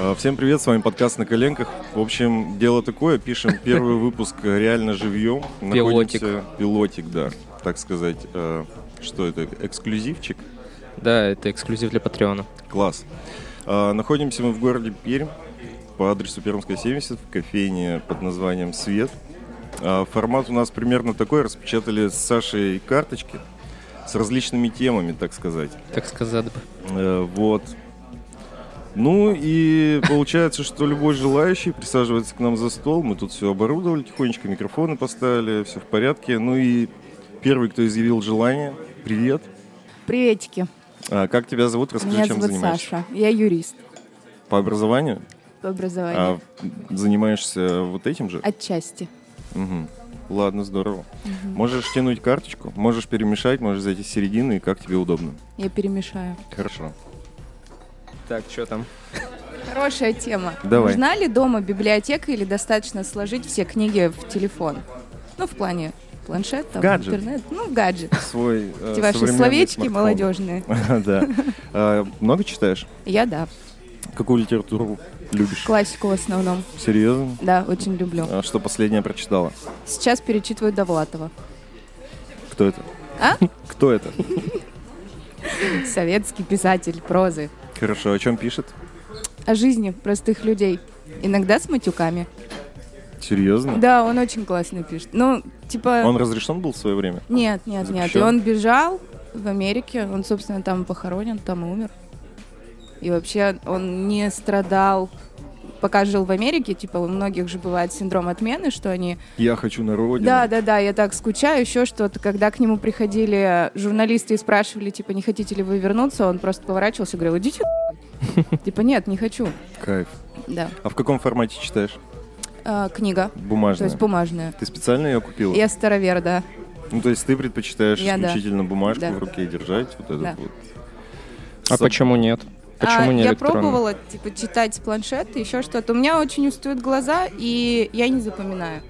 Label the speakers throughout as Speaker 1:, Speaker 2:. Speaker 1: А, Всем привет, с вами подкаст «На коленках». В общем, дело такое, пишем первый выпуск э, реально живьем.
Speaker 2: Пилотик.
Speaker 1: Находимся- Пилотик, да, так сказать. э, Что это, эксклюзивчик?
Speaker 2: Да, это эксклюзив для Патреона.
Speaker 1: Класс. А, Находимся мы в городе Пермь по адресу Пермская 70 в кофейне под названием «Свет». А, Формат у нас примерно такой. Распечатали с Сашей карточки с различными темами, так сказать.
Speaker 2: Так сказать бы.
Speaker 1: Э, Вот. Ну и получается, что любой желающий присаживается к нам за стол. Мы тут все оборудовали, тихонечко микрофоны поставили, все в порядке. Ну и первый, кто изъявил желание, привет.
Speaker 3: Приветики.
Speaker 1: А, как тебя зовут? Расскажи,
Speaker 3: Меня
Speaker 1: чем
Speaker 3: зовут
Speaker 1: занимаешься.
Speaker 3: Саша. Я юрист
Speaker 1: По образованию?
Speaker 3: по образованию.
Speaker 1: А занимаешься вот этим
Speaker 3: А
Speaker 1: же?
Speaker 3: Отчасти.
Speaker 1: Мгм. Ладно, здорово. Можешь тянуть карточку, можешь перемешать, можешь зайти с середины, и как тебе удобно.
Speaker 3: Я перемешаю.
Speaker 1: Хорошо.
Speaker 2: Так, что там?
Speaker 3: Хорошая тема.
Speaker 1: Давай.
Speaker 3: Нужна ли дома библиотека или достаточно сложить все книги в телефон? Ну, в плане планшет, там,
Speaker 1: Гаджет.
Speaker 3: интернет. Ну, в гаджет.
Speaker 1: Свой э,
Speaker 3: Эти ваши
Speaker 1: современный
Speaker 3: словечки
Speaker 1: смартфон.
Speaker 3: молодежные.
Speaker 1: Да. А, Много читаешь?
Speaker 3: Я да.
Speaker 1: Какую литературу любишь?
Speaker 3: Классику в основном.
Speaker 1: Серьезно?
Speaker 3: Да, очень люблю.
Speaker 1: А Что последнее прочитала?
Speaker 3: Сейчас перечитываю Довлатова.
Speaker 1: Кто это?
Speaker 3: А?
Speaker 1: Кто это?
Speaker 3: Советский писатель прозы.
Speaker 1: Хорошо, о чем пишет?
Speaker 3: О жизни простых людей. Иногда с матюками.
Speaker 1: Серьезно?
Speaker 3: Да, он очень классно пишет. Ну, типа...
Speaker 1: Ну. Он разрешен был в свое время?
Speaker 3: Нет, нет, нет. И
Speaker 1: Запрещен?
Speaker 3: он бежал в Америке. Он, собственно, там и похоронен, там и умер. И вообще он не страдал, пока жил в Америке. Типа у многих же бывает синдром отмены, что они...
Speaker 1: Я хочу на родину.
Speaker 3: Да, да, да, я так скучаю, еще что-то. Когда к нему приходили журналисты и спрашивали, типа, не хотите ли вы вернуться, он просто поворачивался и говорил, идите нахуй». Типа, нет, не хочу.
Speaker 1: Кайф.
Speaker 3: Да.
Speaker 1: А в каком формате читаешь?
Speaker 3: А, Книга, то
Speaker 1: Бумажная.
Speaker 3: есть бумажная.
Speaker 1: Ты специально ее купила?
Speaker 3: Я старовер, да.
Speaker 1: Ну, то есть ты предпочитаешь
Speaker 3: Я да.
Speaker 1: исключительно бумажку
Speaker 3: Да.
Speaker 1: в руке держать, вот этот
Speaker 3: Да.
Speaker 1: вот.
Speaker 2: А
Speaker 1: Со-
Speaker 2: почему нет? Почему
Speaker 3: А,
Speaker 2: не
Speaker 3: я
Speaker 2: электронный?
Speaker 3: пробовала типа читать с планшета, еще что-то. У меня очень устают глаза, и я не запоминаю.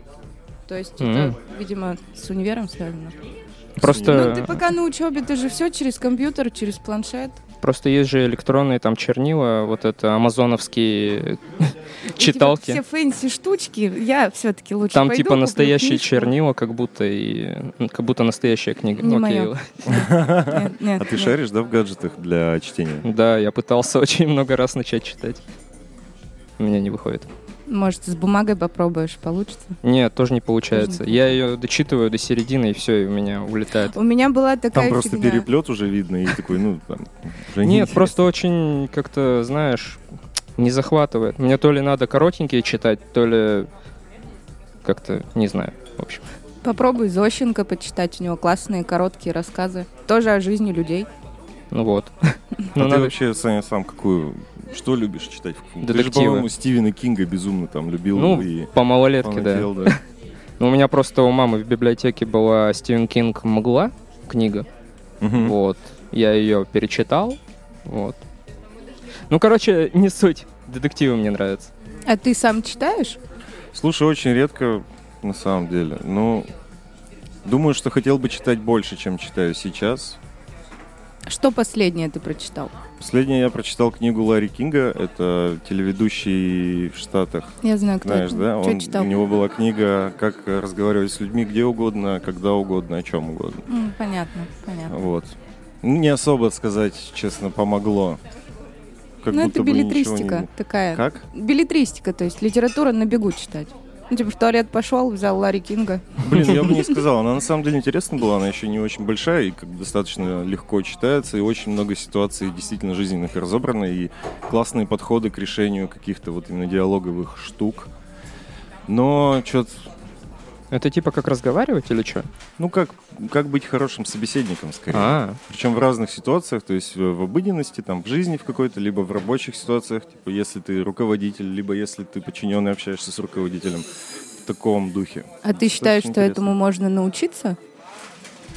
Speaker 3: То есть
Speaker 2: М.
Speaker 3: это, видимо, с универом связано.
Speaker 2: Просто,
Speaker 3: Ну, ты пока на учебе, ты же все через компьютер, через планшет.
Speaker 2: просто есть же электронные там чернила, вот это амазоновские
Speaker 3: И,
Speaker 2: читалки.
Speaker 3: типа, все фэнси штучки, я все-таки лучше
Speaker 2: Там
Speaker 3: пойду,
Speaker 2: типа
Speaker 3: куплю
Speaker 2: настоящие
Speaker 3: книжку.
Speaker 2: чернила, как будто и ну, как будто настоящая книга.
Speaker 3: Не
Speaker 2: Ну,
Speaker 3: моё.
Speaker 2: окей.
Speaker 3: Нет, нет,
Speaker 1: А ты
Speaker 3: нет.
Speaker 1: шаришь, да, в гаджетах для чтения?
Speaker 2: Да, я пытался очень много раз начать читать. У меня не выходит.
Speaker 3: Может, с бумагой попробуешь, получится.
Speaker 2: Нет, тоже не получается.
Speaker 3: Тоже не
Speaker 2: я ее дочитываю до середины, и все, и у меня улетает.
Speaker 3: У меня была такая
Speaker 1: Там просто
Speaker 3: фигня.
Speaker 1: переплет уже видно, и такой, ну, там, уже
Speaker 2: Нет,
Speaker 1: неинтересно.
Speaker 2: просто очень как-то, знаешь, не захватывает. Мне то ли надо коротенькие читать, то ли как-то, не знаю, в общем.
Speaker 3: Попробуй Зощенко почитать, у него классные короткие рассказы. Тоже о жизни людей.
Speaker 2: Ну вот.
Speaker 1: А ты
Speaker 2: Ну, надо-
Speaker 1: вообще, Саня, сам какую... Что любишь читать? Ты же,
Speaker 2: Детективы.
Speaker 1: по-моему, Стивена Кинга безумно там любил.
Speaker 2: Ну,
Speaker 1: и
Speaker 2: по малолетке, да.
Speaker 1: фанател, да.
Speaker 2: Ну, у меня просто у мамы в библиотеке была Стивен Кинг «Мгла» книга.
Speaker 1: Мгм.
Speaker 2: Вот. Я ее перечитал. Вот. Ну, короче, не суть. Детективы мне нравятся.
Speaker 3: А ты сам читаешь?
Speaker 1: Слушай, очень редко, на самом деле. Ну, думаю, что хотел бы читать больше, чем читаю сейчас.
Speaker 3: Что последнее ты прочитал?
Speaker 1: Последнее я прочитал книгу Ларри Кинга. Это телеведущий в Штатах.
Speaker 3: Я знаю, кто
Speaker 1: Знаешь,
Speaker 3: это.
Speaker 1: да?
Speaker 3: Чё
Speaker 1: Он-
Speaker 3: читал?
Speaker 1: у него была книга «Как разговаривать с людьми где угодно, когда угодно, о чем угодно».
Speaker 3: М, понятно, понятно.
Speaker 1: Вот. Ну, Не особо сказать, честно, помогло. Как
Speaker 3: ну,
Speaker 1: будто
Speaker 3: это
Speaker 1: бы ничего не-
Speaker 3: билетристика такая.
Speaker 1: Как?
Speaker 3: Билетристика, то есть литература на бегу читать. Ну, типа, в туалет пошел, взял Ларри Кинга.
Speaker 1: Блин, я бы не сказал. Она на самом деле интересна была, она еще не очень большая и как бы достаточно легко читается, и очень много ситуаций действительно жизненных разобрано, и классные подходы к решению каких-то вот именно диалоговых штук. Но что-то,
Speaker 2: Это типа как разговаривать или что?
Speaker 1: ну как, как быть хорошим собеседником скорее.
Speaker 2: А,
Speaker 1: Причем в разных ситуациях, то есть э, в обыденности, там, в жизни в какой-то, либо в рабочих ситуациях, типа, если ты руководитель, либо если ты подчиненный общаешься с руководителем в таком духе.
Speaker 3: А ты считаешь,
Speaker 1: очень
Speaker 3: что
Speaker 1: интересно.
Speaker 3: этому можно научиться?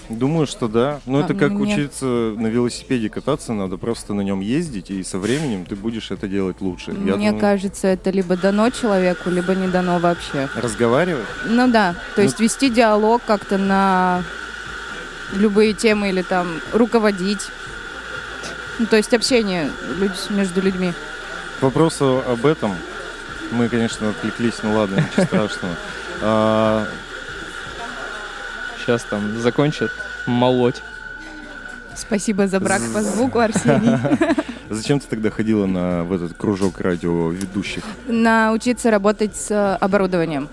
Speaker 1: Думаю, что да. Но
Speaker 3: А,
Speaker 1: это как
Speaker 3: ну, нет.
Speaker 1: учиться на велосипеде кататься, надо просто на нем ездить, и со временем ты будешь это делать лучше. Я
Speaker 3: Мне
Speaker 1: думаю,
Speaker 3: кажется, это либо дано человеку, либо не дано вообще.
Speaker 1: Разговаривать?
Speaker 3: Ну да, то
Speaker 1: Ну-
Speaker 3: есть вести диалог как-то на любые темы или там руководить. Ну, то есть общение люд- между людьми.
Speaker 1: к вопросу об этом. Мы, конечно, отвлеклись, ну ладно, ничего страшного. А,
Speaker 2: Сейчас там закончат молоть.
Speaker 3: Спасибо за брак по звуку, Арсений.
Speaker 1: Зачем ты тогда ходила на, в этот кружок радиоведущих?
Speaker 3: Научиться работать с э, оборудованием.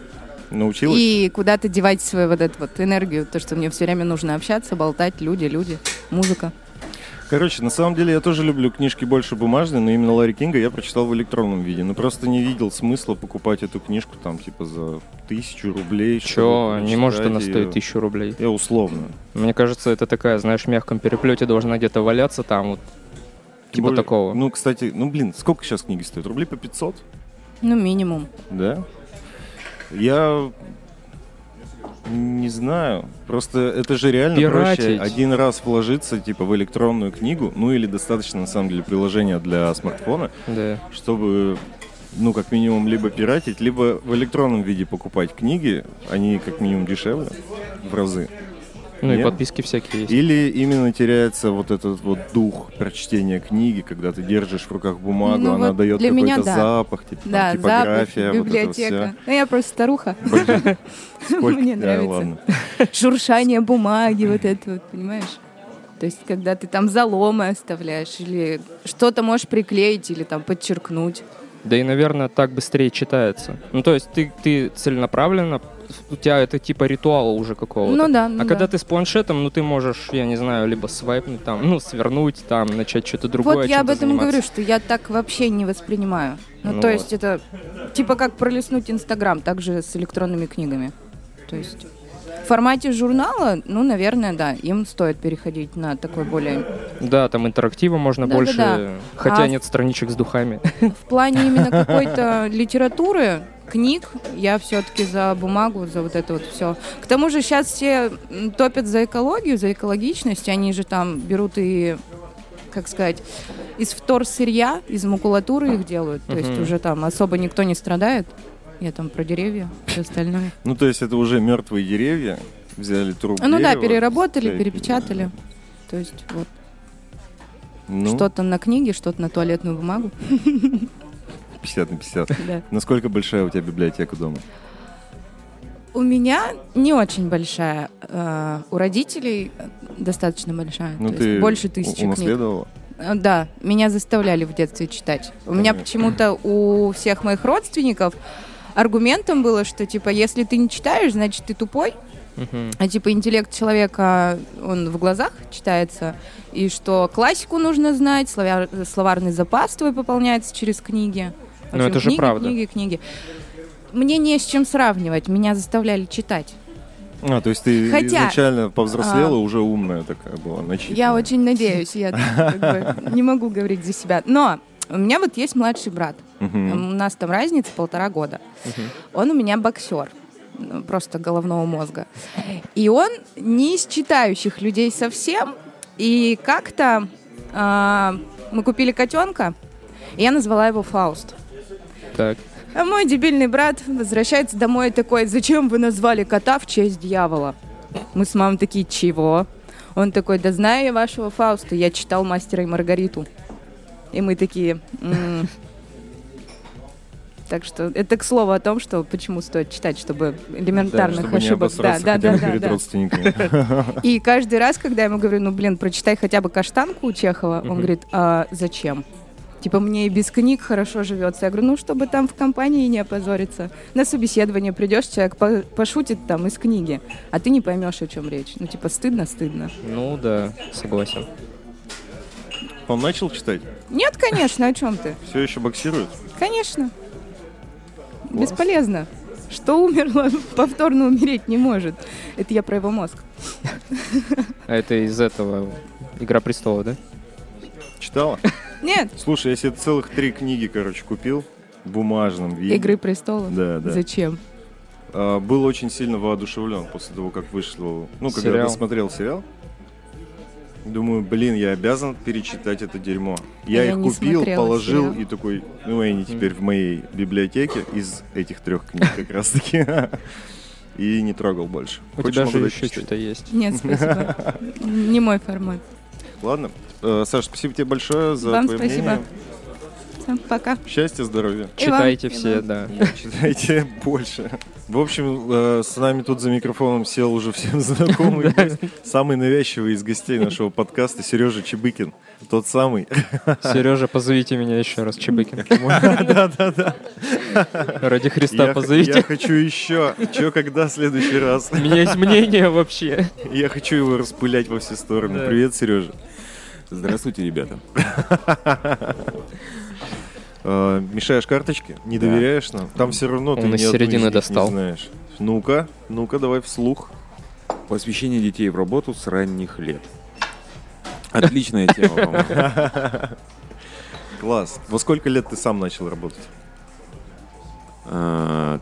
Speaker 1: Научилась?
Speaker 3: И куда-то девать свою вот эту вот энергию, то, что мне все время нужно общаться, болтать, люди, люди, музыка.
Speaker 1: Короче, на самом деле я тоже люблю книжки больше бумажные, но именно Ларри Кинга я прочитал в электронном виде. Но просто не видел смысла покупать эту книжку там типа за тысячу рублей. чтобы
Speaker 2: Че, не может
Speaker 1: прочитать
Speaker 2: она стоить
Speaker 1: её.
Speaker 2: тысячу рублей.
Speaker 1: Я условно.
Speaker 2: Мне кажется, это такая, знаешь, в мягком переплете должна где-то валяться там вот. Типа
Speaker 1: Более-
Speaker 2: такого.
Speaker 1: Ну, кстати, ну блин, сколько сейчас книги стоят? Рублей по 500?
Speaker 3: Ну, минимум.
Speaker 1: Да? Я не знаю. Просто это же реально проще
Speaker 2: Пиратить.
Speaker 1: один раз вложиться типа в электронную книгу, ну или достаточно на самом деле приложения для смартфона,
Speaker 2: Да.
Speaker 1: чтобы ну, как минимум, либо пиратить, либо в электронном виде покупать книги, они как минимум дешевле в разы.
Speaker 2: Ну и
Speaker 1: Нет?
Speaker 2: подписки всякие есть.
Speaker 1: Или именно теряется вот этот вот дух прочтения книги, когда ты держишь в руках бумагу,
Speaker 3: Ну
Speaker 1: она
Speaker 3: вот
Speaker 1: дает
Speaker 3: для
Speaker 1: какой-то
Speaker 3: меня да.
Speaker 1: запах, тип- там
Speaker 3: Да, запах,
Speaker 1: типография, вот это вот всё.
Speaker 3: библиотека. Ну, я просто старуха.
Speaker 1: Блин, сколько-
Speaker 3: Мне
Speaker 1: а,
Speaker 3: нравится.
Speaker 1: ладно.
Speaker 3: Шуршание бумаги, вот это вот, понимаешь? То есть, когда ты там заломы оставляешь, или что-то можешь приклеить, или там подчеркнуть.
Speaker 2: Да и, наверное, так быстрее читается. Ну, то есть ты, ты целенаправленно, у тебя это типа ритуала уже какого-то.
Speaker 3: Ну да,
Speaker 2: а
Speaker 3: ну
Speaker 2: когда
Speaker 3: да.
Speaker 2: ты с планшетом, ну ты можешь, я не знаю, либо свайпнуть там, ну, свернуть там, начать что-то другое.
Speaker 3: Вот я об
Speaker 2: чем-то
Speaker 3: этом и
Speaker 2: заниматься.
Speaker 3: говорю, что я так вообще не воспринимаю. Ну,
Speaker 2: Ну
Speaker 3: то
Speaker 2: вот.
Speaker 3: есть, это типа как пролистнуть Инстаграм, так же с электронными книгами. То есть... В формате журнала, ну, наверное, да, им стоит переходить на такой более...
Speaker 2: Да, там интерактива можно
Speaker 3: Да-да-да.
Speaker 2: больше, хотя
Speaker 3: А-
Speaker 2: нет страничек с духами.
Speaker 3: В плане именно какой-то литературы, книг, я все-таки за бумагу, за вот это вот все. К тому же сейчас все м, топят за экологию, за экологичность, они же там берут и, как сказать, из вторсырья, из макулатуры их делают, то есть
Speaker 2: Мгм.
Speaker 3: уже там особо никто не страдает. Я там про деревья, все остальное.
Speaker 1: Ну, то есть это уже мертвые деревья, взяли трубу
Speaker 3: Ну да,
Speaker 1: дерева,
Speaker 3: переработали,
Speaker 1: так,
Speaker 3: перепечатали. То есть вот
Speaker 1: Ну,
Speaker 3: что-то на книге, что-то на туалетную бумагу.
Speaker 1: 50 на 50.
Speaker 3: Да.
Speaker 1: Насколько большая у тебя библиотека дома?
Speaker 3: У меня не очень большая. э, У родителей достаточно большая.
Speaker 1: Ну,
Speaker 3: то
Speaker 1: ты
Speaker 3: есть больше
Speaker 1: у-
Speaker 3: тысячи книг.
Speaker 1: унаследовала?
Speaker 3: Э, Да, меня заставляли в детстве читать. У меня
Speaker 1: Понятно.
Speaker 3: почему-то у всех моих родственников аргументом было, что типа, если ты не читаешь, значит ты тупой.
Speaker 2: Мгм.
Speaker 3: А типа интеллект человека, он в глазах читается, и что классику нужно знать, словя- словарный запас твой пополняется через книги. В
Speaker 2: Ну, это же
Speaker 3: книги,
Speaker 2: правда.
Speaker 3: Книги, книги. Мне не с чем сравнивать, меня заставляли читать.
Speaker 1: А, то есть ты
Speaker 3: Хотя,
Speaker 1: изначально повзрослела,
Speaker 3: а,
Speaker 1: уже умная такая была, начитанная.
Speaker 3: Я очень надеюсь, я как бы не могу говорить за себя. Но у меня вот есть младший брат.
Speaker 1: Мгм.
Speaker 3: У нас там разница полтора года.
Speaker 2: Мгм.
Speaker 3: Он у меня боксер ну, просто головного мозга. И он не из читающих людей совсем. И как-то а, мы купили котенка, и я назвала его Фауст.
Speaker 2: Так.
Speaker 3: А мой дебильный брат возвращается домой и такой, зачем вы назвали кота в честь дьявола? Мы с мамой такие, чего? Он такой, да знаю я вашего Фауста, я читал «Мастера и Маргариту». И мы такие... «М». Так что это к слову о том, что почему стоит читать, чтобы элементарных
Speaker 1: Чтобы не
Speaker 3: ошибок.
Speaker 1: обосраться хотя бы перед родственниками.
Speaker 3: И каждый раз, когда я ему говорю, ну, блин, прочитай хотя бы «Каштанку» у Чехова, он
Speaker 2: Мгм.
Speaker 3: говорит, а зачем? Типа, мне и без книг хорошо живется. Я говорю, ну, чтобы там в компании не опозориться. На собеседование придешь, человек по- пошутит там из книги, а ты не поймешь, о чем речь. Ну, типа, стыдно, стыдно.
Speaker 2: Ну да, согласен.
Speaker 1: Он начал читать?
Speaker 3: Нет, конечно, о чем ты?
Speaker 1: Все еще боксирует?
Speaker 3: Конечно. Бесполезно. Что умерло, повторно умереть не может. Это я про его мозг.
Speaker 2: А это из этого Игра престолов, да?
Speaker 1: Читала?
Speaker 3: Нет,
Speaker 1: Слушай, я себе целых три книги, короче, купил в бумажном виде.
Speaker 3: «Игры престолов».
Speaker 1: Да, да.
Speaker 3: Зачем?
Speaker 1: А, Был очень сильно воодушевлен после того, как вышел, ну, когда
Speaker 2: Сериал.
Speaker 1: досмотрел сериал. Думаю, блин, я обязан перечитать это дерьмо. Я,
Speaker 3: Я
Speaker 1: их
Speaker 3: не
Speaker 1: купил,
Speaker 3: смотрела
Speaker 1: положил
Speaker 3: сериал.
Speaker 1: и такой, ну, они теперь в моей библиотеке из этих трех книг как раз таки. И не трогал больше.
Speaker 2: У
Speaker 1: Хочешь,
Speaker 2: тебя
Speaker 1: могу
Speaker 2: же
Speaker 1: дать
Speaker 2: еще
Speaker 1: почитать?
Speaker 2: что-то есть.
Speaker 3: Нет, спасибо. Не мой формат.
Speaker 1: Ладно. Э, Саш, спасибо тебе большое за
Speaker 3: Вам
Speaker 1: твое
Speaker 3: спасибо.
Speaker 1: мнение.
Speaker 3: Все, пока.
Speaker 1: Счастья, здоровья.
Speaker 3: И вам.
Speaker 2: Читайте
Speaker 3: И
Speaker 2: все,
Speaker 3: вам.
Speaker 2: да.
Speaker 1: Читайте больше. В общем, э, с нами тут за микрофоном сел уже всем знакомый гость. Самый навязчивый из гостей нашего подкаста Сережа Чебыкин. Тот самый.
Speaker 2: Сережа, позовите меня еще раз, Чебыкин.
Speaker 1: Да-да-да.
Speaker 2: Ради
Speaker 1: Я
Speaker 2: Христа
Speaker 1: х- я
Speaker 2: позовите.
Speaker 1: хочу еще. Че, когда в следующий раз?
Speaker 2: У меня есть мнение вообще.
Speaker 1: Я хочу его распылять во все стороны.
Speaker 2: Да.
Speaker 1: Привет, Сережа.
Speaker 4: Здравствуйте, ребята.
Speaker 1: Э, Мешаешь карточки? Не
Speaker 4: Да.
Speaker 1: доверяешь нам? Там все равно ты
Speaker 2: Он
Speaker 1: ни
Speaker 2: из
Speaker 1: одну
Speaker 2: середины
Speaker 1: них не
Speaker 2: достал.
Speaker 1: знаешь. Ну-ка, ну-ка, давай вслух.
Speaker 4: Посвящение детей в работу с ранних лет. Отличная тема, по-моему.
Speaker 1: Класс. Во сколько лет ты сам начал работать?
Speaker 4: А,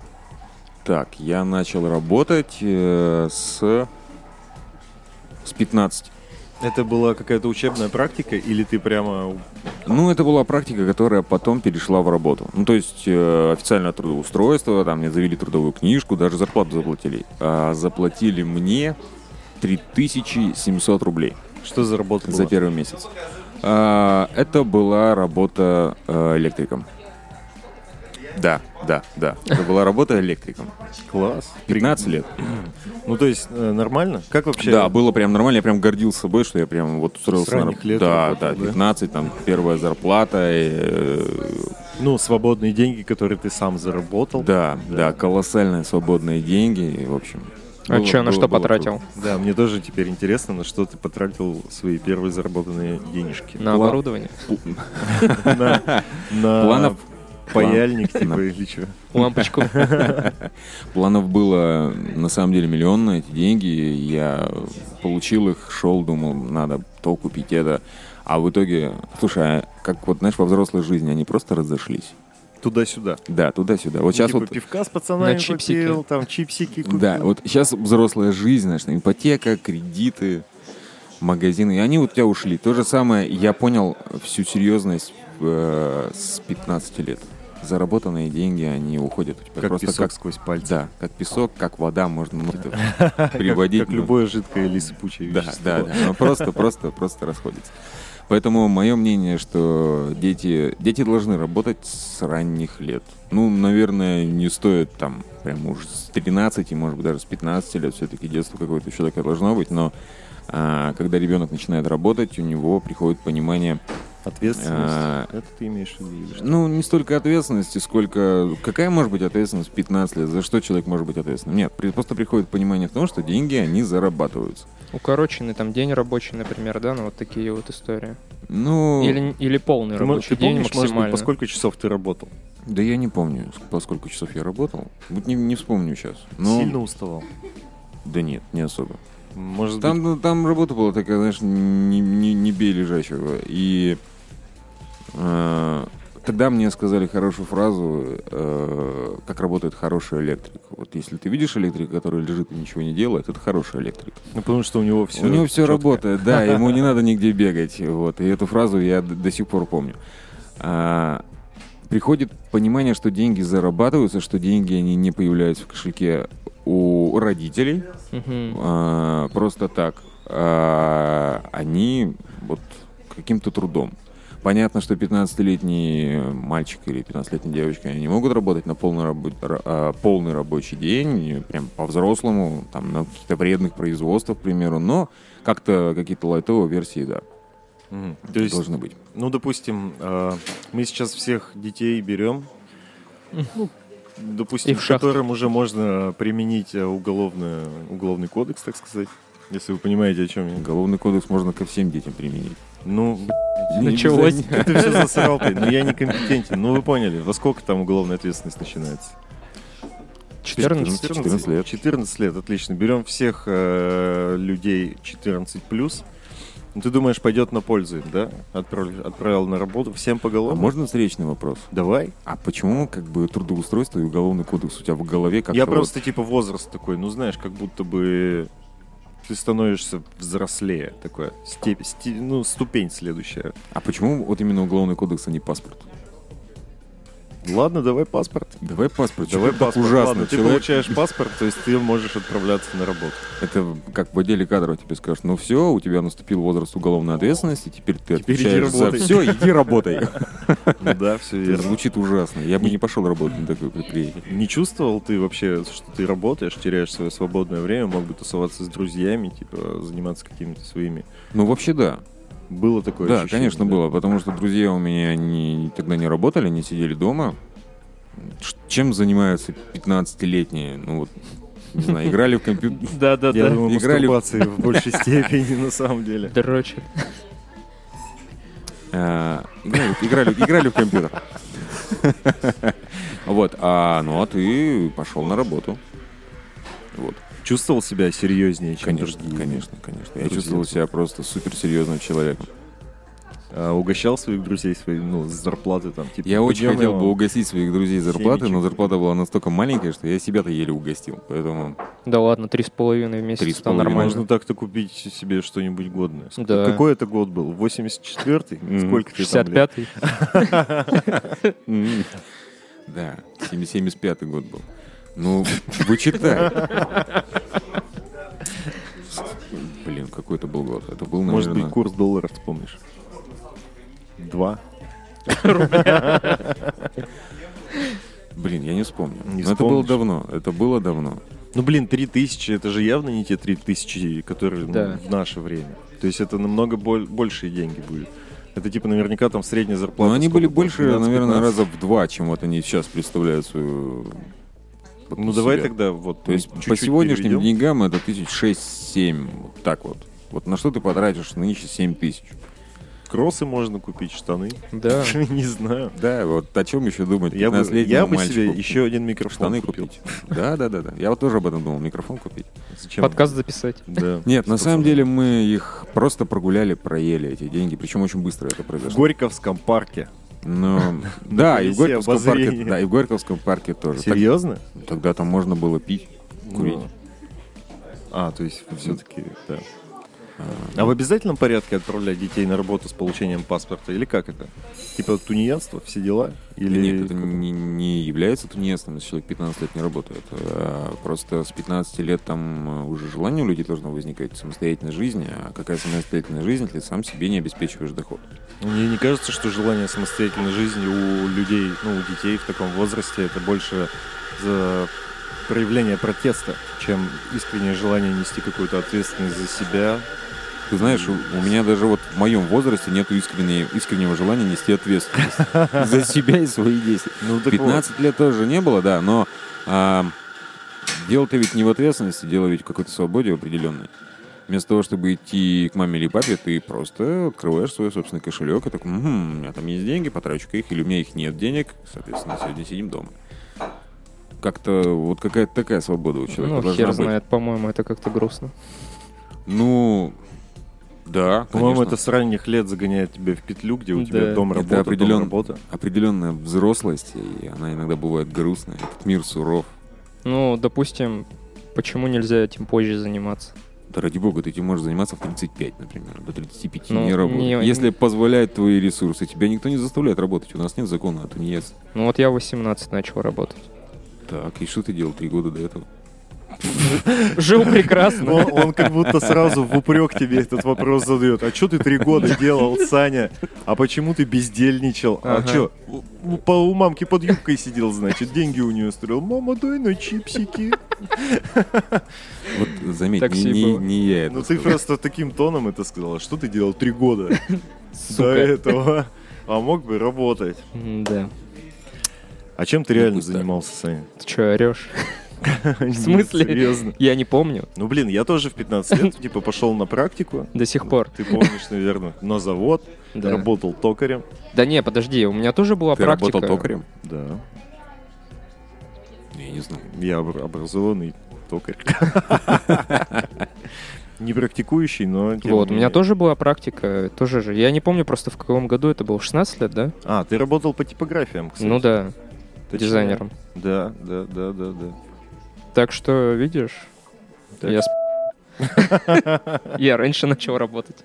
Speaker 4: Так, я начал работать э, с... С 15.
Speaker 1: Это была какая-то учебная практика или ты прямо...
Speaker 4: Ну, это была практика, которая потом перешла в работу. Ну, то есть э, официальное трудоустройство, там мне завели трудовую книжку, даже зарплату заплатили. А заплатили мне 3700 рублей.
Speaker 1: Что за работа была?
Speaker 4: за первый месяц. А, это была работа э, электриком. Да, да, да. Это была работа электриком.
Speaker 1: Класс.
Speaker 4: 15 лет.
Speaker 1: Ну, то есть, э, нормально? Как вообще?
Speaker 4: Да, было прям нормально. Я прям гордился собой, что я прям вот устроился.
Speaker 1: С ранних
Speaker 4: раб-
Speaker 1: лет
Speaker 4: да,
Speaker 1: работал,
Speaker 4: да,
Speaker 1: да?
Speaker 4: 15, там первая зарплата. э,
Speaker 1: Ну, свободные деньги, которые ты сам заработал.
Speaker 4: да, да, колоссальные свободные деньги. и, В общем.
Speaker 1: Ну
Speaker 2: А
Speaker 4: было-
Speaker 2: что, на
Speaker 4: было-
Speaker 2: что
Speaker 4: было
Speaker 2: потратил?
Speaker 1: Да, мне тоже теперь интересно, на что ты потратил свои первые заработанные денежки.
Speaker 2: На
Speaker 4: Пла-
Speaker 2: оборудование.
Speaker 4: круто.
Speaker 1: На на
Speaker 4: Планов-
Speaker 1: паяльник, типа,
Speaker 4: На-
Speaker 1: или чё?
Speaker 2: Лампочку.
Speaker 4: Планов было на самом деле миллион на эти деньги. Я получил их, шел, думал, надо то купить это. А в итоге, слушай, а как вот, знаешь, во взрослой жизни они просто разошлись.
Speaker 1: Туда-сюда.
Speaker 4: Да, туда-сюда. Вот
Speaker 1: Ну,
Speaker 4: сейчас
Speaker 1: типа,
Speaker 4: вот...
Speaker 1: пивка с пацанами
Speaker 2: на чипсики.
Speaker 1: попил, там чипсики купил.
Speaker 4: Да, вот сейчас взрослая жизнь, знаешь, ипотека, кредиты, магазины. И они вот у тебя ушли. То же самое я понял всю серьезность э, с 15 лет. Заработанные деньги, они уходят у тебя
Speaker 1: Как
Speaker 4: просто
Speaker 1: песок
Speaker 4: как...
Speaker 1: сквозь пальцы.
Speaker 4: Да, как песок, как вода, можно ну, это
Speaker 1: Как-
Speaker 4: приводить.
Speaker 1: Как
Speaker 4: ну.
Speaker 1: любое жидкое или сыпучее
Speaker 4: Да,
Speaker 1: вещество.
Speaker 4: да, да. Оно Просто, просто, просто расходится. Поэтому мое мнение, что дети, дети должны работать с ранних лет. Ну, наверное, не стоит там прям уж с 13, может быть, даже с 15 лет. Все-таки детство какое-то у человека должно быть. Но а, когда ребенок начинает работать, у него приходит понимание,
Speaker 1: Ответственность.
Speaker 4: А.
Speaker 1: Это ты имеешь в виду? или что?
Speaker 4: ну, не столько ответственности, сколько... Какая может быть ответственность в 15 лет? За что человек может быть ответственным? Нет, при- просто приходит понимание в том, что деньги, они зарабатываются.
Speaker 2: Укороченный там день рабочий, например, да, ну вот такие вот истории.
Speaker 4: Ну...
Speaker 2: Или, или полный
Speaker 1: Ты, мо-
Speaker 2: рабочий
Speaker 1: ты
Speaker 2: день
Speaker 1: помнишь, может быть,
Speaker 2: максимально.
Speaker 1: по сколько часов ты работал?
Speaker 4: Да я не помню, ск- по сколько часов я работал. Вот не, не вспомню сейчас. Но...
Speaker 1: Сильно уставал?
Speaker 4: Да нет, не особо.
Speaker 1: Может
Speaker 4: Там, ну, там работа была такая, знаешь, не, не, не бей лежачего. И э, тогда мне сказали хорошую фразу, э, как работает хороший электрик. Вот если ты видишь электрика, который лежит и ничего не делает, это хороший электрик.
Speaker 1: быть, ну, потому что у него все
Speaker 4: У него все работает, да, ему не надо нигде бегать. Вот. И эту фразу я д- до сих пор помню. А, приходит понимание, что деньги зарабатываются, что деньги они не появляются в кошельке у родителей
Speaker 2: Мгм.
Speaker 4: а, просто так. А, они вот каким-то трудом. Понятно, что 15-летний мальчик или 15-летняя девочка они не могут работать на полный, рабо- ра- а, полный рабочий день, прям по-взрослому, там, на каких-то вредных производствах, к примеру, но как-то какие-то лайтовые версии, да,
Speaker 1: То есть,
Speaker 4: должны быть.
Speaker 1: ну, допустим, э, мы сейчас всех детей берем, ну,
Speaker 2: И
Speaker 1: допустим,
Speaker 2: в
Speaker 1: к
Speaker 2: шахту.
Speaker 1: которым уже можно применить э, уголовное, уголовный кодекс, так сказать. Если вы понимаете, о чем я говорю.
Speaker 4: Уголовный кодекс можно ко всем детям применить.
Speaker 1: Ну,
Speaker 4: Не
Speaker 2: Началось.
Speaker 4: обязательно.
Speaker 1: Ты все засрал ты, но я некомпетентен. Ну вы поняли, во сколько там уголовная ответственность начинается?
Speaker 2: 14.
Speaker 4: 14 лет.
Speaker 1: 14 лет, отлично. Берем всех э, людей 14 плюс. Ну, ты думаешь, пойдет на пользу, им, да? Отправил, отправил на работу всем по
Speaker 4: А
Speaker 1: головам.
Speaker 4: можно встречный вопрос?
Speaker 1: Давай.
Speaker 4: А почему как бы трудоустройство и уголовный кодекс у тебя в голове как-то
Speaker 1: я
Speaker 4: вот-
Speaker 1: просто типа возраст такой, ну знаешь, как будто бы ты становишься взрослее, такое, степь, сте- ну, ступень следующая.
Speaker 4: А почему вот именно уголовный кодекс, а не паспорт?
Speaker 1: Ладно, давай паспорт.
Speaker 4: Давай паспорт.
Speaker 1: Давай
Speaker 4: чё ты так
Speaker 1: паспорт.
Speaker 4: Ужасно.
Speaker 1: Ладно, ты
Speaker 4: Человек-
Speaker 1: получаешь паспорт, то есть ты можешь отправляться на работу.
Speaker 4: Это как в отделе кадров тебе скажут, ну все, у тебя наступил возраст уголовной ответственности, теперь ты
Speaker 1: Теперь иди
Speaker 4: отвечаешь за
Speaker 1: работай.
Speaker 4: все, иди работай.
Speaker 1: Ну Да, все
Speaker 4: Это
Speaker 1: верно.
Speaker 4: звучит ужасно. Я бы не пошел работать на такое предприятие.
Speaker 1: Не чувствовал ты вообще, что ты работаешь, теряешь свое свободное время, мог бы тусоваться с друзьями, типа заниматься какими-то своими.
Speaker 4: Ну, вообще, да.
Speaker 1: Было такое
Speaker 4: Да,
Speaker 1: ощущение,
Speaker 4: конечно,
Speaker 1: да?
Speaker 4: было, потому что друзья у меня они тогда не работали, они сидели дома. Ш- Чем занимаются 15-летние? Ну вот, не знаю, играли в компьютер.
Speaker 1: Я
Speaker 2: Да-да-да.
Speaker 1: думаю,
Speaker 4: Играли в-
Speaker 1: мастурбации в большей степени, на самом деле.
Speaker 2: Дрочит.
Speaker 4: А, Играли, играли, играли в компьютер. Вот, а, ну а ты пошел на работу. Вот.
Speaker 1: Чувствовал себя серьезнее, чем
Speaker 4: Конечно,
Speaker 1: другие?
Speaker 4: конечно, конечно. Я
Speaker 1: Друзья.
Speaker 4: чувствовал себя просто суперсерьезным человеком.
Speaker 1: А угощал своих друзей своей, ну, с зарплаты там, типа.
Speaker 4: Я очень
Speaker 1: «Пойдем,
Speaker 4: хотел
Speaker 1: вам
Speaker 4: бы угостить своих друзей зарплаты, но
Speaker 1: семечек».
Speaker 4: зарплата была настолько маленькая, что я себя-то еле угостил. Поэтому
Speaker 2: Да ладно, три с половиной в
Speaker 4: Три
Speaker 2: месяц
Speaker 4: с
Speaker 2: там
Speaker 4: половиной.
Speaker 2: нормально.
Speaker 1: Можно так-то купить себе что-нибудь годное. Ск-
Speaker 2: Да.
Speaker 1: Какой это год был? 84-й?
Speaker 4: Мгм.
Speaker 1: Сколько ты там лет?
Speaker 2: 65-й.
Speaker 4: М. Да, 75-й год был. Ну, вычитай. Блин, какой это был год. Это был,
Speaker 1: Ну, Может
Speaker 4: наверное...
Speaker 1: быть, курс доллара, ты помнишь? Два.
Speaker 4: Блин, я не вспомню.
Speaker 1: Не
Speaker 4: Но это было
Speaker 1: вспомнишь.
Speaker 4: давно. Это было давно.
Speaker 1: Ну, блин, 3000, это же явно не те 3000, которые ну,
Speaker 2: Да.
Speaker 1: в наше время. То есть это намного боль- большие деньги были. Это типа наверняка там средняя зарплата.
Speaker 4: Но Ну, они
Speaker 1: сколько
Speaker 4: были
Speaker 1: была?
Speaker 4: больше,
Speaker 1: 12-15?
Speaker 4: наверное, раза в два, чем вот они сейчас представляют свою... вот
Speaker 1: Ну
Speaker 4: из
Speaker 1: давай
Speaker 4: себя.
Speaker 1: тогда вот.
Speaker 4: То есть по
Speaker 1: чуть-чуть
Speaker 4: сегодняшним
Speaker 1: переведем.
Speaker 4: деньгам это тысяч шесть-семь. Вот так вот. Вот на что ты потратишь нынче семь тысяч?
Speaker 1: Кроссы можно купить, штаны.
Speaker 2: Да.
Speaker 1: Не знаю.
Speaker 4: Да, вот о чем еще думать?
Speaker 1: Я бы, я
Speaker 4: 15-летнему
Speaker 1: бы себе
Speaker 4: мальчику?
Speaker 1: еще один микрофон
Speaker 4: штаны
Speaker 1: купил.
Speaker 4: купить. Да, да, да, да. Я вот тоже об этом думал, микрофон купить.
Speaker 1: Зачем?
Speaker 2: Подкаст записать.
Speaker 1: Да.
Speaker 4: Нет, на
Speaker 1: Сто
Speaker 4: самом
Speaker 1: процентов.
Speaker 4: деле мы их просто прогуляли, проели эти деньги, причем очень быстро это
Speaker 1: В
Speaker 4: произошло.
Speaker 1: Горьковском парке.
Speaker 4: Но да, и
Speaker 1: Донеси
Speaker 4: в Горьковском парке,
Speaker 1: обозрение.
Speaker 4: да, и в Горьковском парке тоже. Так-
Speaker 1: Серьезно?
Speaker 4: Тогда там можно было пить, курить.
Speaker 1: Ну. А, то есть все-таки, да. А в обязательном порядке отправлять детей на работу с получением паспорта? Или как это? Типа тунеядство, все дела? Или
Speaker 4: Нет, это не, не является тунеядством, если человек 15 лет не работает. А, Просто с 15 лет там э, уже желание у людей должно возникать самостоятельной жизни. А какая самостоятельная жизнь, если ты сам себе не обеспечиваешь доход?
Speaker 1: Мне не кажется, что желание самостоятельной жизни у людей, ну, у детей в таком возрасте, это больше за проявление протеста, чем искреннее желание нести какую-то ответственность за себя.
Speaker 4: Ты знаешь, у у меня даже вот в моем возрасте нет искреннего желания нести ответственность за себя и свои действия.
Speaker 1: Ну, так
Speaker 4: 15 лет тоже не было, да, но а, дело-то ведь не в ответственности, дело ведь в какой-то свободе определенной. Вместо того, чтобы идти к маме или папе, ты просто открываешь свой собственный кошелек и такой, «Мгм, у меня там есть деньги, потрачу-ка их, или у меня их нет денег, соответственно, сегодня сидим дома. Как-то вот какая-то такая свобода у человека
Speaker 2: Ну,
Speaker 4: должна
Speaker 2: хер
Speaker 4: быть.
Speaker 2: знает, по-моему, это как-то грустно.
Speaker 4: Ну, да,
Speaker 1: вот, по-моему,
Speaker 4: конечно.
Speaker 1: это с ранних лет загоняет тебя в петлю, где у
Speaker 2: Да.
Speaker 1: тебя дом
Speaker 4: Это
Speaker 1: работа,
Speaker 4: определен-
Speaker 1: дом работа.
Speaker 4: определенная взрослость, и она иногда бывает грустная. Этот мир суров.
Speaker 2: Ну, допустим, почему нельзя этим позже заниматься?
Speaker 4: Да ради бога, ты этим можешь заниматься в 35, например, до 35
Speaker 2: Ну,
Speaker 4: не работать.
Speaker 2: не-
Speaker 4: Если позволяют твои ресурсы, тебя никто не заставляет работать. У нас нет закона а о тунеядстве.
Speaker 2: Ну вот я в 18 начал работать.
Speaker 4: Так, и что ты делал три года до этого?
Speaker 2: Жил
Speaker 1: Но
Speaker 2: прекрасно.
Speaker 1: он как будто сразу в упрек тебе этот вопрос задает. А что ты три года делал, Саня? А почему ты бездельничал? А
Speaker 2: Ага.
Speaker 1: что, по у мамки под юбкой сидел, значит, деньги у нее строил. Мама, дай на чипсики.
Speaker 4: Вот заметь,
Speaker 2: Такси
Speaker 4: не, не-
Speaker 2: было.
Speaker 4: не я это
Speaker 1: Ну ты
Speaker 4: сказал.
Speaker 1: просто таким тоном это сказала. Что ты делал три года до
Speaker 2: Сука.
Speaker 1: этого? А мог бы работать.
Speaker 2: Да.
Speaker 1: А чем ты
Speaker 4: Ну,
Speaker 1: реально
Speaker 4: пусть так.
Speaker 1: занимался, Саня?
Speaker 2: Ты что, орешь?
Speaker 1: В
Speaker 2: смысле?
Speaker 1: Серьезно.
Speaker 2: Я не помню
Speaker 1: Ну блин, я тоже в 15 лет типа пошел на практику.
Speaker 2: до сих пор.
Speaker 1: Ты помнишь, наверное, на завод.
Speaker 2: Да.
Speaker 1: Работал токарем.
Speaker 2: Да не, подожди, у меня тоже была
Speaker 4: Ты
Speaker 2: практика.
Speaker 4: работал токарем?
Speaker 1: Да.
Speaker 4: Я не знаю.
Speaker 1: Я обр- образованный токарь. Не практикующий, но... тем
Speaker 2: Вот,
Speaker 1: не
Speaker 2: у меня
Speaker 1: менее.
Speaker 2: тоже была практика, тоже же. Я не помню просто в каком году это было, 16 лет, да?
Speaker 1: А, ты работал по типографиям, кстати.
Speaker 2: Ну да,
Speaker 1: Точнее.
Speaker 2: дизайнером.
Speaker 1: Да, да, да, да, А да.
Speaker 2: Так что, видишь,
Speaker 1: Так.
Speaker 2: я с- Я раньше начал работать.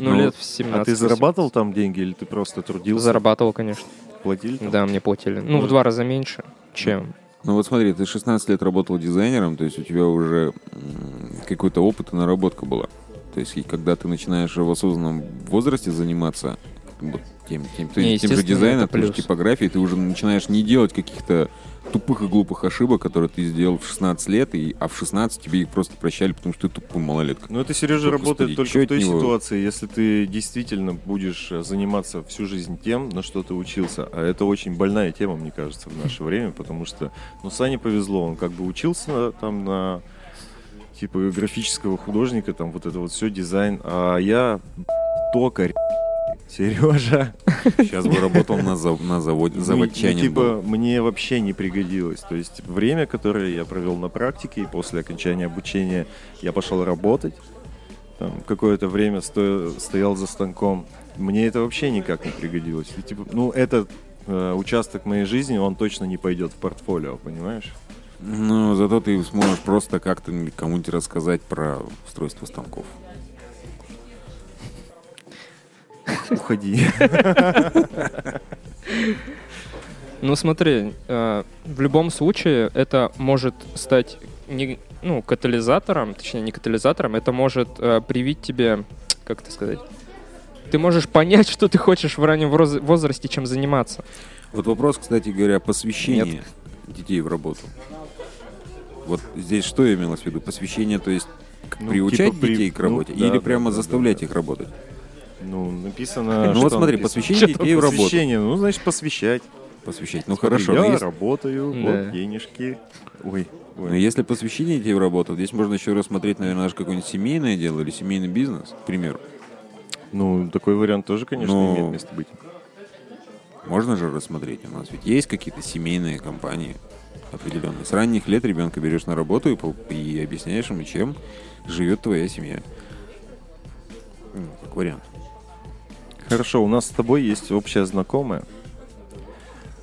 Speaker 2: Ну,
Speaker 4: Ну,
Speaker 2: лет в
Speaker 1: А
Speaker 2: 17.
Speaker 1: ты зарабатывал там деньги или ты просто трудился?
Speaker 2: Зарабатывал, конечно.
Speaker 1: платили? там?
Speaker 2: Да, мне платили. Ну, в два раза меньше, чем...
Speaker 4: Ну вот смотри, ты 16 лет работал дизайнером, то есть у тебя уже м, какой-то опыт и наработка была. То есть и когда ты начинаешь в осознанном возрасте заниматься вот тем, тем- тем-
Speaker 2: Не,
Speaker 4: тем же
Speaker 2: естественно,
Speaker 4: дизайном,
Speaker 2: это
Speaker 4: тем же
Speaker 2: плюс.
Speaker 4: типографией, ты уже начинаешь не делать каких-то тупых и глупых ошибок, которые ты сделал в 16 лет, и, а в 16 тебе их просто прощали, потому что ты тупой малолетка.
Speaker 1: Ну, это, Сережа,
Speaker 4: Господи,
Speaker 1: работает
Speaker 4: чё
Speaker 1: только в
Speaker 4: от
Speaker 1: той
Speaker 4: него?
Speaker 1: ситуации, если ты действительно будешь э, заниматься всю жизнь тем, на что ты учился. А это очень больная тема, мне кажется, в наше время, потому что, ну, Сане повезло, он как бы учился на- там на типа графического художника, там вот это вот все, дизайн, а я токарь. Сережа,
Speaker 4: Сейчас бы работал на, зав- на заводе, заводчанин.
Speaker 1: Ну,
Speaker 4: был.
Speaker 1: типа, мне вообще не пригодилось. То есть время, которое я провел на практике, и после окончания обучения я пошел работать. Там какое-то время сто- стоял за станком. Мне это вообще никак не пригодилось. И, типа, ну, этот э, участок моей жизни, он точно не пойдет в портфолио, понимаешь?
Speaker 4: Ну, зато ты сможешь просто как-то кому-нибудь рассказать про устройство станков.
Speaker 1: Уходи.
Speaker 2: Ну, смотри, э, в любом случае это может стать не, ну, катализатором, точнее, не катализатором, это может э, привить тебе, как это сказать, ты можешь понять, что ты хочешь в раннем вроз- возрасте, чем заниматься.
Speaker 4: Вот вопрос, кстати говоря, посвящения детей в работу. Вот здесь что имелось в виду? Посвящение, то есть к-
Speaker 1: Ну,
Speaker 4: приучать
Speaker 1: типа при-
Speaker 4: детей к
Speaker 1: ну,
Speaker 4: работе
Speaker 1: да,
Speaker 4: или
Speaker 1: да,
Speaker 4: прямо
Speaker 1: да,
Speaker 4: заставлять
Speaker 1: да,
Speaker 4: их работать?
Speaker 1: Ну, написано...
Speaker 4: ну
Speaker 1: что
Speaker 4: вот смотри,
Speaker 1: написано?
Speaker 4: посвящение детей в работу.
Speaker 1: Посвящение, ну, значит, посвящать.
Speaker 4: Посвящать. Ну
Speaker 1: Смотри,
Speaker 4: хорошо,
Speaker 1: я
Speaker 4: но, если,
Speaker 1: работаю,
Speaker 2: Да.
Speaker 1: вот денежки. Ой, ой.
Speaker 4: но если посвящение детей в работу, здесь можно еще рассмотреть, наверное, даже какое-нибудь семейное дело или семейный бизнес, к примеру.
Speaker 1: Ну, такой вариант тоже, конечно,
Speaker 4: Ну,
Speaker 1: имеет место быть.
Speaker 4: Можно же рассмотреть. У нас ведь есть какие-то семейные компании определенные. С ранних лет ребенка берешь на работу и, пол- и объясняешь ему, чем живет твоя семья. Ну, Как вариант.
Speaker 1: Хорошо, у нас с тобой есть общая знакомая,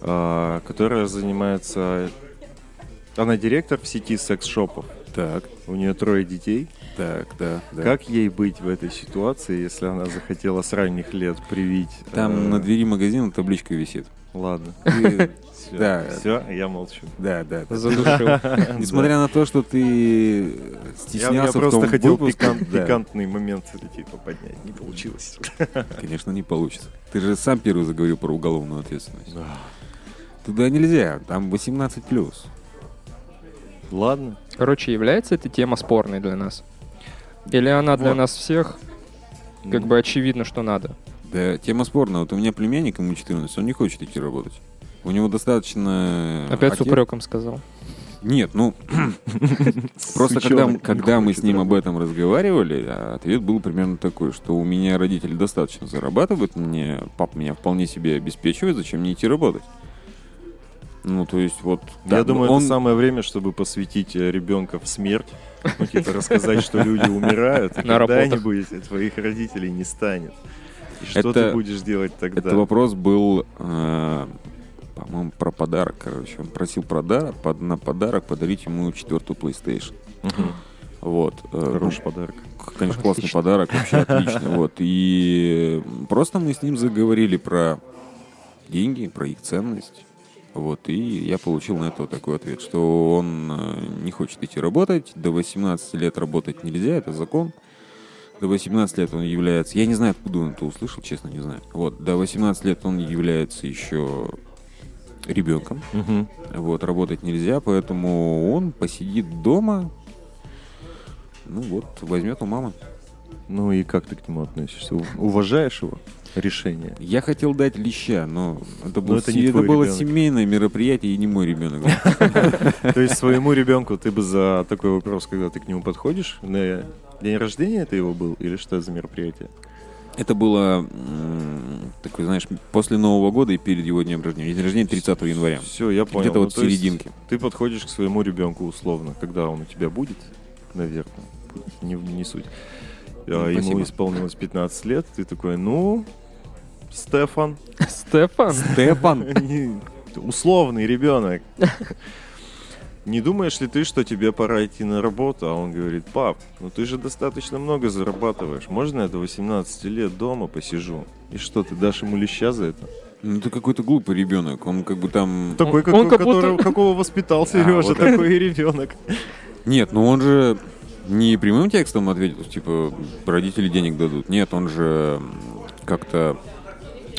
Speaker 1: а, которая занимается... Она директор в сети секс-шопов.
Speaker 4: Так,
Speaker 1: У нее трое детей.
Speaker 4: так, да. да.
Speaker 1: Как ей быть в этой ситуации, если она захотела с ранних лет привить?
Speaker 4: Там
Speaker 1: э,
Speaker 4: на двери магазина табличка висит.
Speaker 1: Ладно.
Speaker 4: Ты-
Speaker 1: Все,
Speaker 4: Да.
Speaker 1: я молчу.
Speaker 4: Да, да. да.
Speaker 2: Задушил.
Speaker 4: Несмотря на то, что ты
Speaker 1: Я, я
Speaker 4: стеснялся в
Speaker 1: просто
Speaker 4: том
Speaker 1: хотел
Speaker 4: выпуске,
Speaker 1: пикант-
Speaker 4: да,
Speaker 1: пикантный момент типа поднять, не получилось.
Speaker 4: конечно, не получится. Ты же сам первый заговорил про уголовную ответственность.
Speaker 1: Да.
Speaker 4: Туда нельзя, там 18 плюс.
Speaker 1: Ладно.
Speaker 2: Короче, является эта тема спорной для нас? Или она для
Speaker 1: Вот.
Speaker 2: нас всех как бы очевидно, что надо?
Speaker 4: Да, тема спорная. Вот у меня племянник, ему 14, он не хочет идти работать. У него достаточно...
Speaker 2: Опять с
Speaker 4: отец-
Speaker 2: упреком сказал.
Speaker 4: Нет, ну, просто когда,
Speaker 1: Сучонок не
Speaker 4: когда мы
Speaker 1: хочет
Speaker 4: с ним
Speaker 1: работать.
Speaker 4: об этом разговаривали, а, ответ был примерно такой, что у меня родители достаточно зарабатывают, мне пап меня вполне себе обеспечивает, зачем мне идти работать? Ну, то есть вот...
Speaker 1: Я
Speaker 4: да,
Speaker 1: думаю,
Speaker 4: он...
Speaker 1: это самое время, чтобы посвятить э, ребенка в смерть. Ну, типа рассказать, что люди умирают, и
Speaker 2: На работах.
Speaker 1: когда-нибудь твоих родителей не станет. И что
Speaker 4: Это-
Speaker 1: ты будешь делать
Speaker 4: Это
Speaker 1: тогда?
Speaker 4: вопрос был, э, по-моему, про подарок, короче. Он просил прода- под- на подарок подарить ему четвертую PlayStation.
Speaker 1: Мгм.
Speaker 4: Вот. э, ну,
Speaker 1: Хороший подарок.
Speaker 4: Конечно, классный
Speaker 2: Отлично.
Speaker 4: подарок, вообще отлично. Вот. И просто мы с ним заговорили про деньги, про их ценность. Вот, и я получил на это вот такой ответ, что он э, не хочет идти работать, до 18 лет работать нельзя, это закон. До 18 лет он является... Я не знаю, откуда он это услышал, честно, не знаю. Вот, до 18 лет он является еще ребенком, вот, работать нельзя, поэтому он посидит дома, ну вот, возьмет у мамы.
Speaker 1: Ну и как ты к нему относишься? У- Уважаешь его решение?
Speaker 4: Я хотел дать леща, но это, был
Speaker 1: это
Speaker 4: се-
Speaker 1: не твой
Speaker 4: было
Speaker 1: ребенок.
Speaker 4: семейное мероприятие и не мой ребенок.
Speaker 1: То есть своему ребенку ты бы за такой вопрос, когда ты к нему подходишь, на день рождения это его был или что это за мероприятие?
Speaker 4: Это было, м, такой, знаешь, после Нового года и перед его днем рождения. День рождения 30 января.
Speaker 1: Все, я понял.
Speaker 4: Где-то
Speaker 1: Ну,
Speaker 4: вот в
Speaker 1: то есть
Speaker 4: серединке.
Speaker 1: Ты подходишь к своему ребенку условно, когда он у тебя будет, наверное, будет, не, не суть.
Speaker 4: Ну,
Speaker 1: А,
Speaker 4: спасибо.
Speaker 1: ему исполнилось 15 лет, ты такой, ну, Стефан,
Speaker 2: Стефан?
Speaker 4: Степан!
Speaker 1: не- условный ребенок. Не думаешь ли ты, что тебе пора идти на работу? А он говорит, пап, ну ты же достаточно много зарабатываешь. Можно я до 18 лет дома посижу? И что, ты дашь ему леща за это?
Speaker 4: Ну, ты какой-то глупый ребенок. Он как бы там...
Speaker 1: Такой, как,
Speaker 2: он как
Speaker 1: которого-
Speaker 2: будто- А,
Speaker 1: какого воспитал Сережа,
Speaker 4: вот это.
Speaker 1: такой и ребенок.
Speaker 4: Нет, ну он же не прямым текстом ответил, типа, родители денег дадут. Нет, он же м, как-то...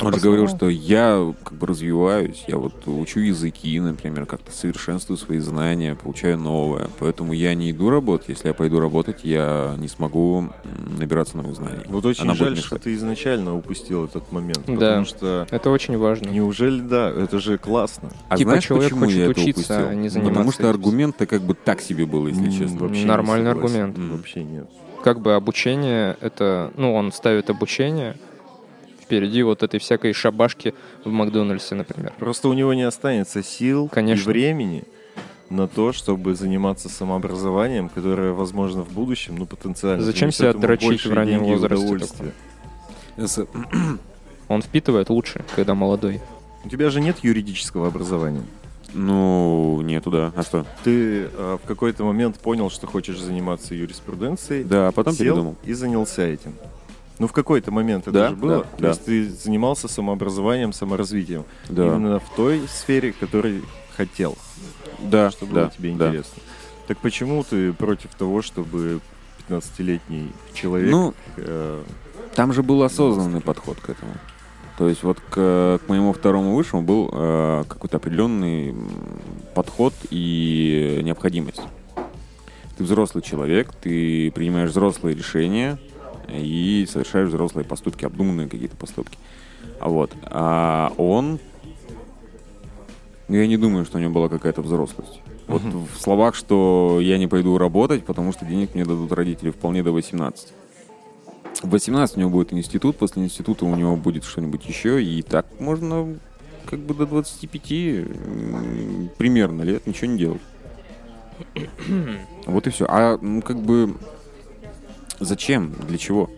Speaker 4: Он же говорил, что я как бы развиваюсь, я вот учу языки, например, как-то совершенствую свои знания, получаю новое. Поэтому я не иду работать. Если я пойду работать, я не смогу м, набираться новых знаний.
Speaker 1: Вот очень
Speaker 4: Она будет
Speaker 1: жаль, что
Speaker 4: мешать.
Speaker 1: ты изначально упустил этот момент.
Speaker 2: Да.
Speaker 1: Потому что
Speaker 2: Это очень важно.
Speaker 1: неужели да, это же классно.
Speaker 4: А
Speaker 2: Типа,
Speaker 4: знаешь,
Speaker 2: человек
Speaker 4: почему
Speaker 2: хочет
Speaker 4: я это
Speaker 2: учиться,
Speaker 4: упустил?
Speaker 2: а не
Speaker 4: Потому
Speaker 2: заниматься
Speaker 4: что
Speaker 2: этим.
Speaker 4: аргумент-то как бы так себе был, если
Speaker 1: М,
Speaker 4: честно.
Speaker 1: вообще не
Speaker 2: Нормальный
Speaker 1: согласен.
Speaker 2: аргумент.
Speaker 4: М.
Speaker 1: Вообще нет.
Speaker 2: Как бы обучение, это, ну, он ставит обучение впереди вот этой всякой шабашки в Макдональдсе, например.
Speaker 1: Просто у него не останется сил
Speaker 2: Конечно.
Speaker 1: и времени на то, чтобы заниматься самообразованием, которое, возможно, в будущем, ну, потенциально.
Speaker 2: Зачем
Speaker 1: принесет
Speaker 2: себя
Speaker 1: ему
Speaker 2: дрочить
Speaker 1: большие
Speaker 2: в раннем
Speaker 1: деньги и
Speaker 2: возрасте
Speaker 1: удовольствие.
Speaker 4: С-
Speaker 2: Он впитывает лучше, когда молодой.
Speaker 1: У тебя же нет юридического образования.
Speaker 4: Ну, нету, да. А что?
Speaker 1: Ты э, в какой-то момент понял, что хочешь заниматься юриспруденцией,
Speaker 4: Да, а потом
Speaker 1: сел
Speaker 4: передумал.
Speaker 1: и занялся этим. Ну, в какой-то момент это
Speaker 4: Да,
Speaker 1: же было.
Speaker 4: да,
Speaker 1: То
Speaker 4: да.
Speaker 1: есть ты занимался самообразованием, саморазвитием.
Speaker 4: Да.
Speaker 1: Именно в той сфере, которой хотел,
Speaker 4: Да,
Speaker 1: что
Speaker 4: да,
Speaker 1: было тебе
Speaker 4: да.
Speaker 1: интересно. Так почему ты против того, чтобы 15-летний человек...
Speaker 4: Ну,
Speaker 1: э,
Speaker 4: там же был осознанный подход к этому. То есть вот к, к моему второму высшему был э, какой-то определенный м, подход и необходимость. Ты взрослый человек, ты принимаешь взрослые решения и совершаешь взрослые поступки, обдуманные какие-то поступки. А вот. А он... ну, Я не думаю, что у него была какая-то взрослость. Вот в словах, что я не пойду работать, потому что денег мне дадут родители вполне до 18. В 18 у него будет институт, после института у него будет что-нибудь еще, и так можно как бы до 25 м, примерно лет ничего не делать. Вот и все. А ну, как бы зачем? Для чего?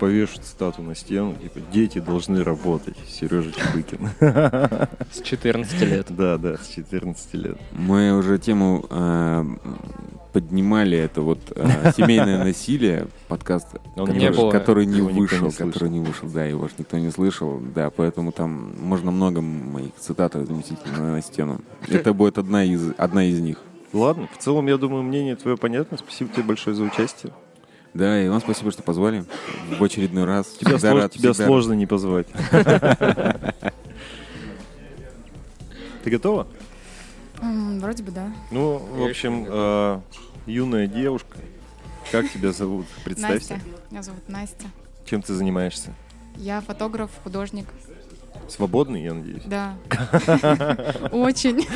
Speaker 1: повешут стату на стену, типа, дети должны работать, Сережа Чебыкин.
Speaker 2: С 14 лет.
Speaker 1: Да, да, с 14 лет.
Speaker 4: Мы уже тему э, поднимали, это вот э, семейное насилие, подкаст,
Speaker 1: Он
Speaker 2: не
Speaker 4: который,
Speaker 2: было,
Speaker 4: который не
Speaker 1: его никто не
Speaker 4: вышел,
Speaker 1: слышал.
Speaker 4: который не вышел, да, его ж никто не слышал, да, поэтому там можно много моих цитат разместить на, на стену. Это будет одна из, одна из них.
Speaker 1: Ладно, в целом, я думаю, мнение твое понятно. Спасибо тебе большое за участие.
Speaker 4: Да, и вам спасибо, что позвали в очередной раз.
Speaker 1: Тебя,
Speaker 4: Всегда
Speaker 1: слож-
Speaker 4: рад,
Speaker 1: тебя
Speaker 4: всегда рад.
Speaker 1: сложно не позвать. Ты готова?
Speaker 5: М, Вроде бы да.
Speaker 1: Ну, в общем, э, юная девушка. Как тебя зовут? Представься.
Speaker 5: Настя. Меня зовут Настя.
Speaker 1: Чем ты занимаешься?
Speaker 5: Я фотограф, художник.
Speaker 1: Свободный, я надеюсь.
Speaker 5: Да. Очень.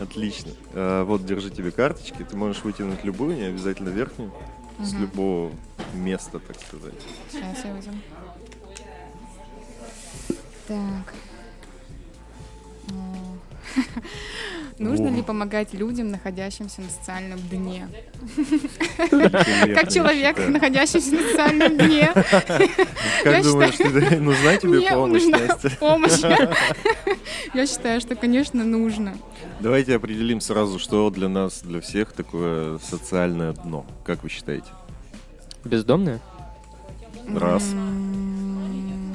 Speaker 1: Отлично. Э, вот, держи тебе карточки. Ты можешь вытянуть любую, не обязательно верхнюю. С
Speaker 5: Мгм.
Speaker 1: любого места, так сказать.
Speaker 5: Сейчас я возьму. Так. М. Нужно ли помогать людям, находящимся на социальном дне? Как человек, находящийся на социальном дне,
Speaker 1: Как
Speaker 5: я
Speaker 1: думаешь, ты- нужна тебе
Speaker 5: мне
Speaker 1: помощь,
Speaker 5: нужна
Speaker 1: Настя?
Speaker 5: помощь. Я считаю, что, конечно, нужно.
Speaker 1: Давайте определим сразу, что для нас, для всех такое социальное дно. Как вы считаете?
Speaker 2: Бездомные?
Speaker 1: Раз.
Speaker 5: М.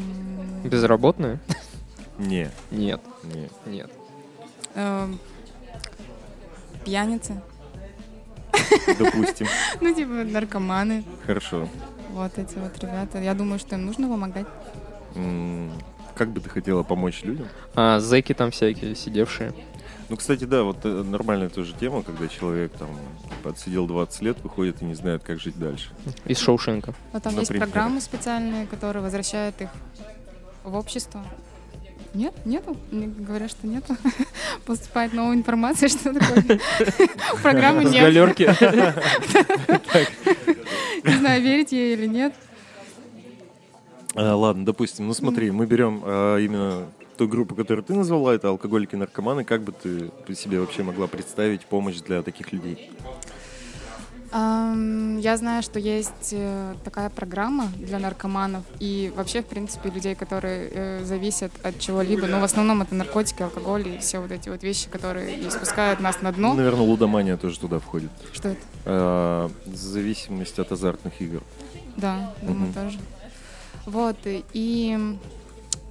Speaker 2: Безработные?
Speaker 1: Не,
Speaker 2: Нет,
Speaker 1: не.
Speaker 2: нет.
Speaker 5: Эм, Пьяницы.
Speaker 1: Допустим.
Speaker 5: Ну, типа, наркоманы.
Speaker 1: Хорошо.
Speaker 5: Вот эти вот ребята. Я думаю, что им нужно помогать.
Speaker 1: М, Как бы ты хотела помочь людям?
Speaker 2: А зэки там всякие, сидевшие.
Speaker 1: Ну, кстати, да, вот э, нормальная тоже тема, когда человек там подсидел 20 лет, выходит и не знает, как жить дальше.
Speaker 2: Из Шоушенка.
Speaker 5: Но там есть
Speaker 1: Например.
Speaker 5: программы специальные, которые возвращают их в общество. Нет, нету. Мне говорят, что нету. Поступает новая информация, что такое. Программы
Speaker 2: С
Speaker 5: нет.
Speaker 2: галерки.
Speaker 5: Не знаю, верить ей или нет.
Speaker 1: А, ладно, допустим, ну смотри, мы берем а, именно ту группу, которую ты назвала, это алкоголики, наркоманы. Как бы ты себе вообще могла представить помощь для таких людей?
Speaker 5: Ам, Я знаю, что есть э, такая программа для наркоманов и вообще, в принципе, людей, которые э, зависят от чего-либо. Но в основном это наркотики, алкоголь и все вот эти вот вещи, которые и спускают нас на дно.
Speaker 1: Наверное, лудомания тоже туда входит.
Speaker 5: Что это?
Speaker 1: Э, А, зависимость от азартных игр.
Speaker 5: Да, думаю,
Speaker 1: Мгм.
Speaker 5: тоже. Вот, э, и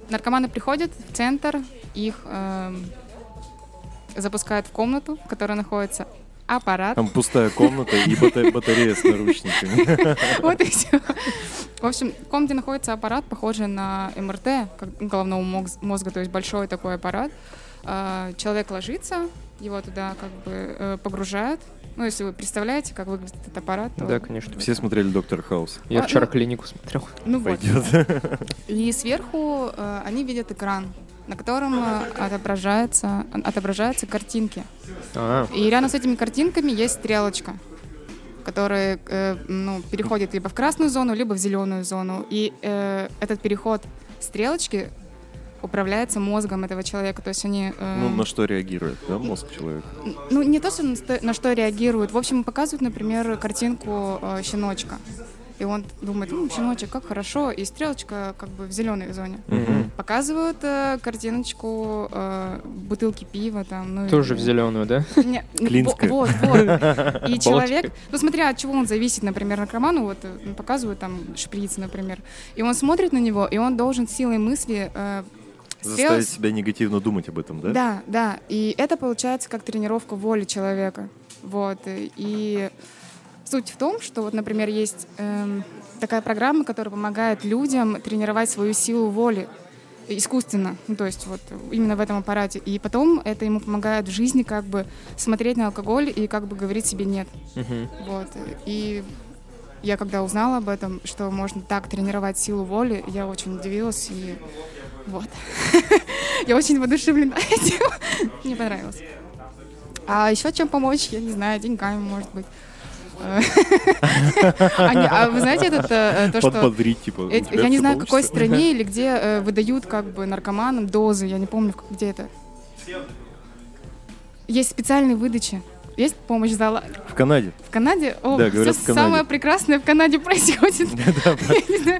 Speaker 5: наркоманы приходят в центр, их эм, запускают в комнату, в которой находится аппарат.
Speaker 1: Там пустая комната и бата- батарея с наручниками.
Speaker 5: Вот и все. В общем, в комнате находится аппарат, похожий на МРТ как головного мозг- мозга, то есть большой такой аппарат. А, Человек ложится, его туда как бы э, погружают. Ну, если вы представляете, как выглядит этот аппарат, то...
Speaker 2: Да, конечно.
Speaker 1: Все смотрели «Доктор Хаус».
Speaker 2: Я
Speaker 5: А,
Speaker 2: вчера
Speaker 5: ну-
Speaker 2: клинику смотрел.
Speaker 5: Ну вот.
Speaker 1: Пойдет.
Speaker 5: И сверху э, они видят экран, на котором э, отображается, отображаются картинки.
Speaker 2: А,
Speaker 5: И рядом с этими картинками есть стрелочка, которая э, ну, переходит либо в красную зону, либо в зеленую зону. И э, этот переход стрелочки управляется мозгом этого человека. То есть они... э,
Speaker 1: Ну, на что реагирует, да, мозг человека?
Speaker 5: ну, не то, что на, сто- на что реагируют. В общем, показывают, например, картинку э, щеночка. И он думает, ну, щеночек, как хорошо. И стрелочка как бы в зеленой зоне.
Speaker 2: мгм.
Speaker 5: Показывают э, картиночку э, бутылки пива там. Ну,
Speaker 2: Тоже
Speaker 5: и-
Speaker 2: в зеленую, да?
Speaker 5: Не, ну,
Speaker 1: Клинская.
Speaker 5: во- Вот, вот. И человек, ну смотря от чего он зависит, например, наркоману, вот э, показывают там шприц, например, и он смотрит на него, и он должен силой мысли э,
Speaker 1: Заставить
Speaker 5: сделать-
Speaker 1: себя негативно думать об этом, да?
Speaker 5: Да, да. И это получается как тренировка воли человека. Вот. И суть в том, что вот, например, есть эм, такая программа, которая помогает людям тренировать свою силу воли искусственно, ну, то есть вот именно в этом аппарате. И потом это ему помогает в жизни как бы смотреть на алкоголь и как бы говорить себе «нет».
Speaker 2: Мгм.
Speaker 5: Вот. И я когда узнала об этом, что можно так тренировать силу воли, я очень удивилась и вот. Я очень воодушевлена этим. Мне понравилось. А еще чем помочь, я не знаю, деньгами, может быть. Э, А не, а вы знаете, этот, э, то, что...
Speaker 1: Подбодрить, типа, у
Speaker 5: Я,
Speaker 1: тебя
Speaker 5: я не
Speaker 1: всё
Speaker 5: знаю, в какой
Speaker 1: получится.
Speaker 5: стране или где э, выдают как бы наркоманам дозы, я не помню, в- где это. Есть специальные выдачи. Есть помощь зала.
Speaker 1: В Канаде.
Speaker 5: В Канаде? О,
Speaker 1: Да, говорят,
Speaker 5: всё
Speaker 1: в Канаде.
Speaker 5: самое прекрасное в Канаде происходит.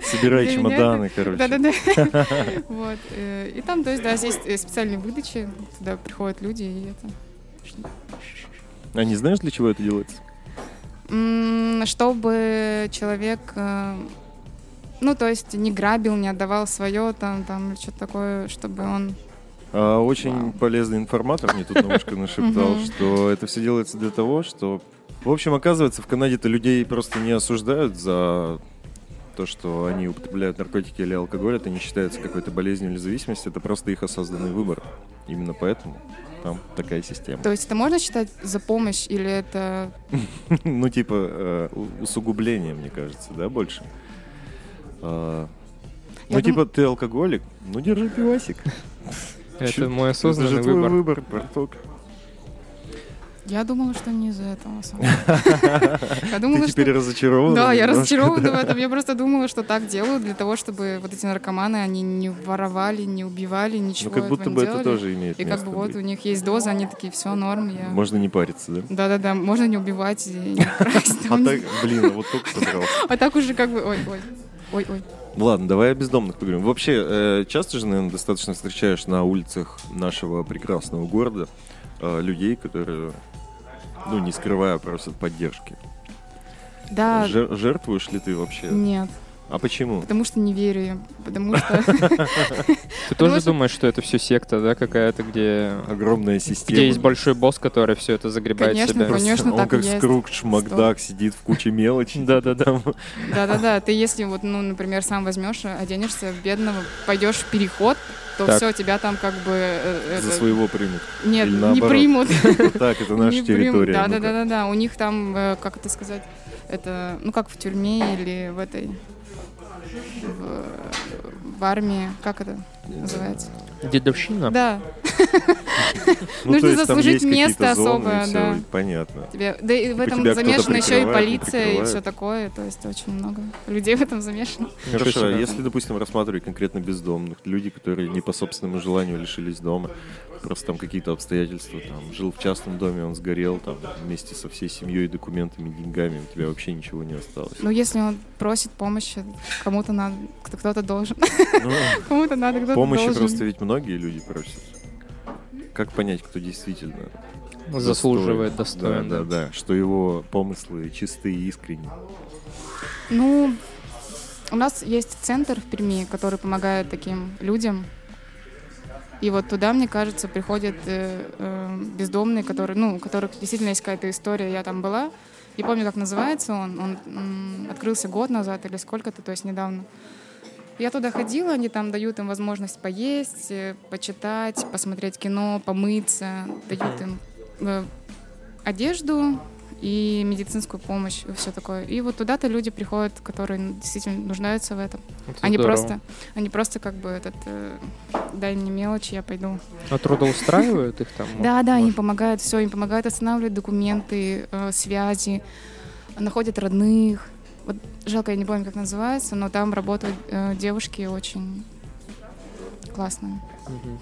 Speaker 1: Собирай
Speaker 5: Для меня
Speaker 1: чемоданы, короче.
Speaker 5: Да-да-да. Вот. э, И там, то есть, да, есть э, специальные выдачи, туда приходят люди и это...
Speaker 1: А не знаешь, для чего это делается?
Speaker 5: М, Чтобы человек, э, ну, то есть, не грабил, не отдавал свое, там, там, или что-то такое, чтобы он...
Speaker 1: А, Очень
Speaker 5: Вау.
Speaker 1: полезный информатор мне тут на ушко нашептал,
Speaker 5: Мгм.
Speaker 1: что это все делается для того, что... В общем, оказывается, в Канаде-то людей просто не осуждают за то, что они употребляют наркотики или алкоголь. Это не считается какой-то болезнью или зависимостью, это просто их осознанный выбор. Именно поэтому там такая система.
Speaker 5: То есть, это можно считать за помощь или это...
Speaker 1: Ну, типа, э, у- усугубление, мне кажется, да, больше. А,
Speaker 5: Я
Speaker 1: Ну,
Speaker 5: дум-
Speaker 1: типа, ты алкоголик, ну, держи пивасик. Чё-
Speaker 2: Это мой
Speaker 1: Это же
Speaker 2: осознанный
Speaker 1: твой
Speaker 2: выбор.
Speaker 1: выбор, браток.
Speaker 5: Я думала, что не из-за этого, на самом деле. Я
Speaker 1: Ты
Speaker 5: думала, Ну, что...
Speaker 1: теперь разочарован?
Speaker 5: Да, я разочарована в этом. Я просто думала, что так делают для того, чтобы вот эти наркоманы, они не воровали, не убивали,
Speaker 1: Ну,
Speaker 5: ничего
Speaker 1: как будто
Speaker 5: этого не
Speaker 1: бы это
Speaker 5: делали.
Speaker 1: тоже имеет
Speaker 5: И как
Speaker 1: место
Speaker 5: бы вот
Speaker 1: быть.
Speaker 5: у них есть доза, они такие, все, норм, я...
Speaker 1: Можно не париться, да?
Speaker 5: Да-да-да, можно не убивать и не красть.
Speaker 1: А
Speaker 5: там,
Speaker 1: так,
Speaker 5: не-
Speaker 1: блин, а вот только собрался.
Speaker 5: А так уже как бы, ой-ой. Ой-ой.
Speaker 1: Ладно, давай о бездомных поговорим. Вообще, э, часто же, наверное, достаточно встречаешь на улицах нашего прекрасного города э, людей, которые, ну, не скрывая, просят поддержки.
Speaker 5: Да,
Speaker 1: Жер- Жертвуешь ли ты вообще?
Speaker 5: нет,
Speaker 1: А почему?
Speaker 5: потому что не верю, я, потому что...
Speaker 2: Ты тоже
Speaker 5: что-
Speaker 2: думаешь, что это все секта, да, какая-то, где
Speaker 1: Огромная система.
Speaker 2: где есть большой босс, который все это загребает
Speaker 5: Конечно,
Speaker 2: себя.
Speaker 5: конечно.
Speaker 1: Он
Speaker 5: так и
Speaker 1: как
Speaker 5: есть.
Speaker 1: Скрукш Макдак сидит в куче мелочи. типа,
Speaker 2: Да-да-да.
Speaker 5: Да-да-да, ты если вот, ну, например, сам возьмешь, оденешься в бедного, пойдешь в переход, то
Speaker 2: Так.
Speaker 5: все, тебя там как бы... э,
Speaker 1: За
Speaker 5: это-
Speaker 1: своего примут.
Speaker 5: Нет,
Speaker 1: или
Speaker 5: не
Speaker 1: наоборот.
Speaker 5: примут.
Speaker 1: Вот Так, это наша
Speaker 5: Не прям-
Speaker 1: территория. ну
Speaker 5: Да, да,
Speaker 1: ну-ка.
Speaker 5: да, да, да. У них там, э, как это сказать, это, ну как в тюрьме или в этой в, в армии, как это называется?
Speaker 1: А.
Speaker 2: Дедовщина.
Speaker 5: Да,
Speaker 1: Ну,
Speaker 5: Нужно
Speaker 1: то есть там
Speaker 5: заслужить
Speaker 1: есть какие-то
Speaker 5: место
Speaker 1: зоны, и
Speaker 5: особое,
Speaker 1: всё,
Speaker 5: да.
Speaker 1: и Понятно.
Speaker 5: тебе, да и в
Speaker 1: Типа
Speaker 5: этом
Speaker 1: тебя кто-то
Speaker 5: замешано еще и
Speaker 1: прикрывает, не
Speaker 5: полиция и
Speaker 1: прикрывает.
Speaker 5: все такое, то есть очень много людей в этом замешано.
Speaker 2: Ничего
Speaker 1: Хорошо, а
Speaker 2: себе.
Speaker 1: если, допустим, рассматривать конкретно бездомных, люди, которые не по собственному желанию лишились дома, просто там какие-то обстоятельства, там, жил в частном доме, он сгорел, там, вместе со всей семьей, документами, деньгами, у тебя вообще ничего не осталось.
Speaker 5: Ну если он просит помощи, кому-то надо, кто- кто-то должен,
Speaker 1: Ну,
Speaker 5: кому-то надо, кто-то
Speaker 1: Помощи
Speaker 5: должен.
Speaker 1: просто ведь многие люди просят. Как понять, кто действительно
Speaker 2: Ну, Заслуживает
Speaker 1: Ну, достоин?
Speaker 2: достойно.
Speaker 1: Да, да, да. Что его помыслы чистые и искренние.
Speaker 5: Ну, У нас есть центр в Перми, который помогает таким людям. И вот туда, мне кажется, приходят э, э, бездомные, которые, ну, у которых действительно есть какая-то история. Я там была, не помню, как называется он. Он м, открылся год назад или сколько-то, то есть недавно. Я туда ходила, они там дают им возможность поесть, э, почитать, посмотреть кино, помыться, дают им э, одежду и медицинскую помощь и все такое. И вот туда-то люди приходят, которые ну, действительно нуждаются в этом.
Speaker 2: Это
Speaker 5: Они
Speaker 2: здорово.
Speaker 5: просто, они просто как бы этот, э, дай мне мелочи, я пойду.
Speaker 2: А трудоустраивают их там?
Speaker 5: Да, да, они
Speaker 2: может.
Speaker 5: помогают, все, им помогают останавливать документы, э, связи, находят родных. Вот жалко, я не помню, как называется, но там работают э, девушки очень классные.
Speaker 2: Мгм.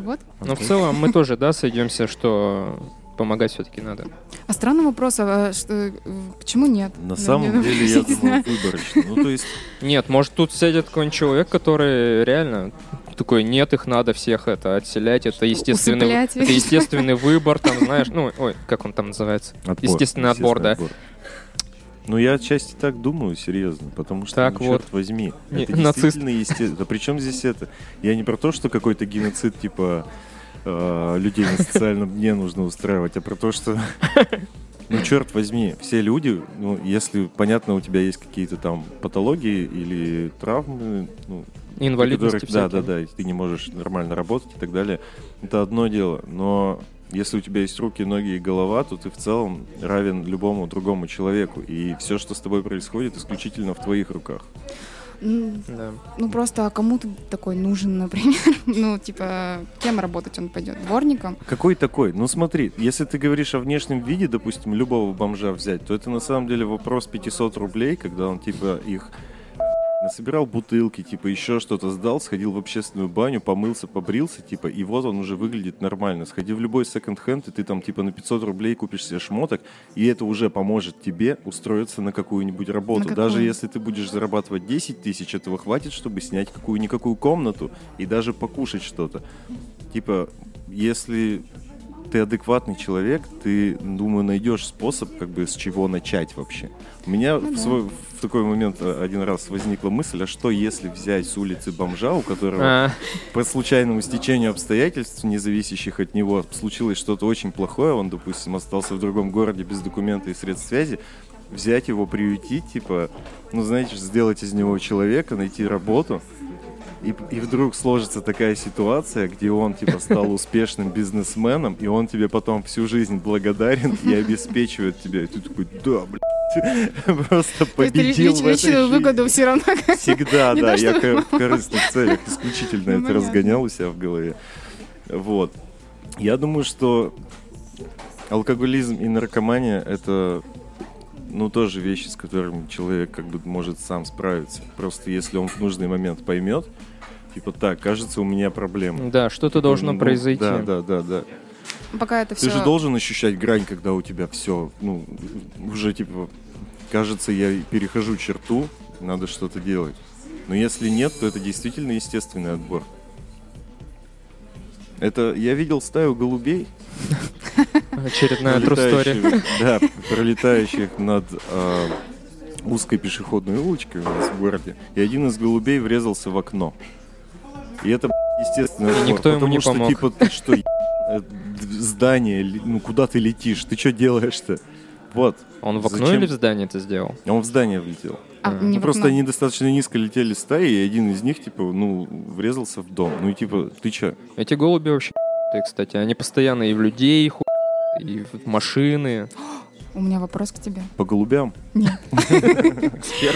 Speaker 5: Вот.
Speaker 2: Но в целом мы тоже, да, сойдемся, что помогать все-таки надо.
Speaker 5: А странный вопрос, а, что, э, почему нет?
Speaker 1: На
Speaker 5: ну,
Speaker 1: самом деле, я думаю, выборочно. Ну, то есть,
Speaker 2: Нет, может тут сидит какой-нибудь человек, который реально такой, нет, их надо всех это отселять, это естественный,
Speaker 5: Усыплять.
Speaker 2: это естественный выбор, там, знаешь, ну, ой, как он там называется? Естественно, отбор, да.
Speaker 1: Ну, я отчасти так думаю, серьезно, потому что,
Speaker 2: Так
Speaker 1: ну,
Speaker 2: вот.
Speaker 1: черт возьми,
Speaker 2: Не,
Speaker 1: это
Speaker 2: нацист.
Speaker 1: действительно естественно. Причем здесь это? Я не про то, что какой-то геноцид, типа, э, людей на социальном дне нужно устраивать, а про то, что... Ну, черт возьми, все люди, ну, если, понятно, у тебя есть какие-то там патологии или травмы, ну,
Speaker 2: Инвалидности
Speaker 1: которых- да,
Speaker 2: всякие.
Speaker 1: да, да, и ты не можешь нормально работать и так далее. Это одно дело, но если у тебя есть руки, ноги и голова, то ты в целом равен любому другому человеку, и все, что с тобой происходит, исключительно в твоих руках.
Speaker 5: М,
Speaker 2: Да.
Speaker 5: Ну просто, а кому ты такой нужен, например? Ну, типа, кем работать он пойдет? Дворником?
Speaker 1: Какой такой? Ну смотри, если ты говоришь о внешнем виде, допустим, любого бомжа взять, то это на самом деле вопрос 500 рублей, когда он типа их насобирал бутылки, типа еще что-то сдал, сходил в общественную баню, помылся, побрился, типа, и вот он уже выглядит нормально. Сходи в любой секонд-хенд, и ты там типа на 500 рублей купишь себе шмоток, и это уже поможет тебе устроиться на какую-нибудь работу.
Speaker 5: какую?
Speaker 1: Даже если ты будешь зарабатывать 10 тысяч, этого хватит, чтобы снять какую-никакую комнату и даже покушать что-то. Типа, если ты адекватный человек, ты, думаю, найдешь способ, как бы, с чего начать вообще. У меня
Speaker 5: Ну
Speaker 1: в,
Speaker 5: да.
Speaker 1: свой- в такой момент э, один раз возникла мысль, а что если взять с улицы бомжа, у которого
Speaker 2: А,
Speaker 1: по случайному стечению обстоятельств, не зависящих от него, случилось что-то очень плохое, он, допустим, остался в другом городе без документа и средств связи, взять его, приютить, типа, ну, знаете, сделать из него человека, найти работу, и, и вдруг сложится такая ситуация, где он, типа, стал успешным бизнесменом, и он тебе потом всю жизнь благодарен и обеспечивает тебя. И ты такой, да, блядь, просто
Speaker 5: То есть ты лич-
Speaker 1: победил в этой
Speaker 5: Ну, личную
Speaker 1: жизни».
Speaker 5: выгоду все равно
Speaker 1: Всегда,
Speaker 5: Не
Speaker 1: да,
Speaker 5: то,
Speaker 1: я
Speaker 5: что-
Speaker 1: кор- в корыстных целях исключительно
Speaker 5: Ну,
Speaker 1: это
Speaker 5: понятно.
Speaker 1: разгонял у себя в голове. Вот. Я думаю, что алкоголизм и наркомания — это, ну, тоже вещи, с которыми человек как бы может сам справиться. Просто если он в нужный момент поймет, типа, так, кажется, у меня проблема.
Speaker 2: да, что-то должно
Speaker 1: Ну,
Speaker 2: произойти.
Speaker 1: Да, да, да, да.
Speaker 5: Пока это
Speaker 1: Ты
Speaker 5: все...
Speaker 1: же должен ощущать грань, когда у тебя все, ну, уже типа, кажется, я перехожу черту, надо что-то делать. Но если нет, то это действительно естественный отбор. Это я видел стаю голубей,
Speaker 2: Очередная true story.
Speaker 1: пролетающих- да, пролетающих над э, узкой пешеходной улочкой у нас в городе. И один из голубей врезался в окно. И это, б***ь, естественно, отбор,
Speaker 2: никто ему
Speaker 1: потому
Speaker 2: не
Speaker 1: что,
Speaker 2: помог.
Speaker 1: типа, ты что, е- э, д- здание, ли- ну куда ты летишь, ты что делаешь-то? Вот,
Speaker 2: Он в окно
Speaker 1: Зачем?
Speaker 2: или в здание это сделал?
Speaker 1: А он в здание влетел.
Speaker 5: А,
Speaker 2: Ну
Speaker 5: не
Speaker 1: Ну,
Speaker 5: в
Speaker 1: просто
Speaker 5: окно.
Speaker 1: они достаточно низко летели стаи, и один из них, типа, ну, врезался в дом. Ну, и типа, ты чё?
Speaker 2: Эти голуби вообще ты, кстати, они постоянно и в людей ху... и в машины.
Speaker 5: У меня вопрос к тебе.
Speaker 1: По голубям?
Speaker 5: Нет.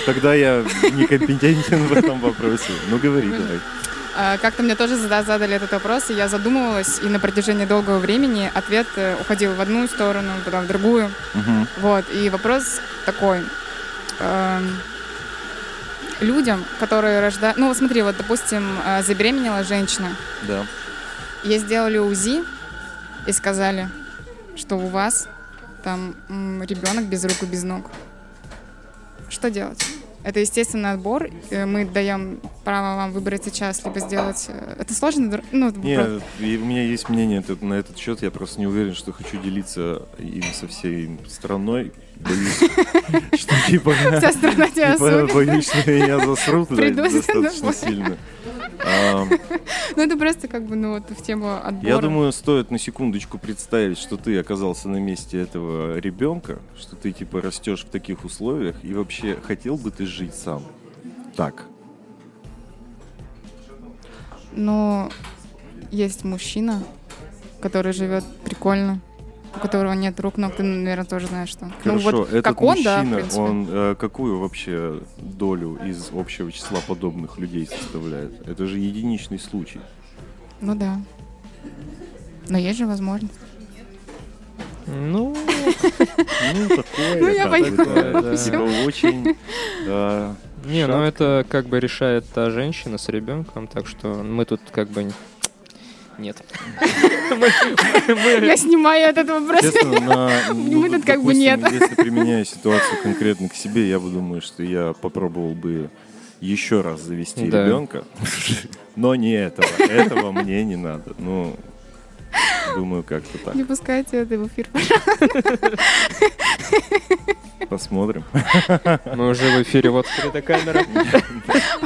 Speaker 1: Тогда я некомпетентен в этом вопросе. Ну, говори давай.
Speaker 5: А, Как-то мне тоже зада- задали этот вопрос, и я задумывалась, и на протяжении долгого времени ответ э, уходил в одну сторону, потом в другую.
Speaker 1: Мгм.
Speaker 5: Вот, и вопрос такой. Эм, Людям, которые рождают... Ну, вот смотри, вот, допустим, э, забеременела женщина,
Speaker 1: Да.
Speaker 5: ей сделали УЗИ и сказали, что у вас там м, ребенок без рук и без ног. Что делать? Это естественный отбор. Э, Мы даем право вам выбрать сейчас, либо сделать... э, Это сложно? др- Ну, про-
Speaker 1: Нет, и у меня есть мнение тут на этот счет. Я просто не уверен, что хочу делиться им со всей страной. Боюсь, что типа
Speaker 5: Вся страна тебя
Speaker 1: И по-
Speaker 5: осудит.
Speaker 1: Боюсь, что меня засрут, блядь,
Speaker 5: Придут
Speaker 1: достаточно
Speaker 5: домой.
Speaker 1: сильно. Ам,
Speaker 5: Ну, это просто как бы, ну, вот в тему отбора.
Speaker 1: Я думаю, стоит на секундочку представить, что ты оказался на месте этого ребенка, что ты типа растешь в таких условиях, и вообще хотел бы ты жить сам. Так.
Speaker 5: Но есть мужчина, который живет прикольно, у которого нет рук, но ты, наверное, тоже знаешь, что.
Speaker 1: Хорошо,
Speaker 5: ну, вот
Speaker 1: этот
Speaker 5: как он, да, в
Speaker 1: мужчина,
Speaker 5: принципе.
Speaker 1: он э, какую вообще долю из общего числа подобных людей составляет? Это же единичный случай.
Speaker 5: Ну да. Но есть же возможность.
Speaker 2: Ну,
Speaker 1: Ну, такое.
Speaker 5: Ну, я
Speaker 1: да,
Speaker 5: поняла.
Speaker 1: такое,
Speaker 2: Да.
Speaker 1: типа, очень... да.
Speaker 2: не, ну это как бы решает та женщина с ребенком, так что мы тут как бы... н- Нет. Мы- мы-
Speaker 5: Я снимаю этот вопрос.
Speaker 1: Честно, на, ну,
Speaker 5: Мы тут как бы
Speaker 1: допустим,
Speaker 5: нет.
Speaker 1: Если применяю ситуацию конкретно к себе, я бы думаю, что я попробовал бы еще раз завести
Speaker 2: Да.
Speaker 1: ребенка. Но не этого. Этого мне не надо. Ну, думаю, как-то так.
Speaker 5: Не пускайте это в эфир.
Speaker 1: Посмотрим.
Speaker 2: Мы уже в эфире, вот открыта камера.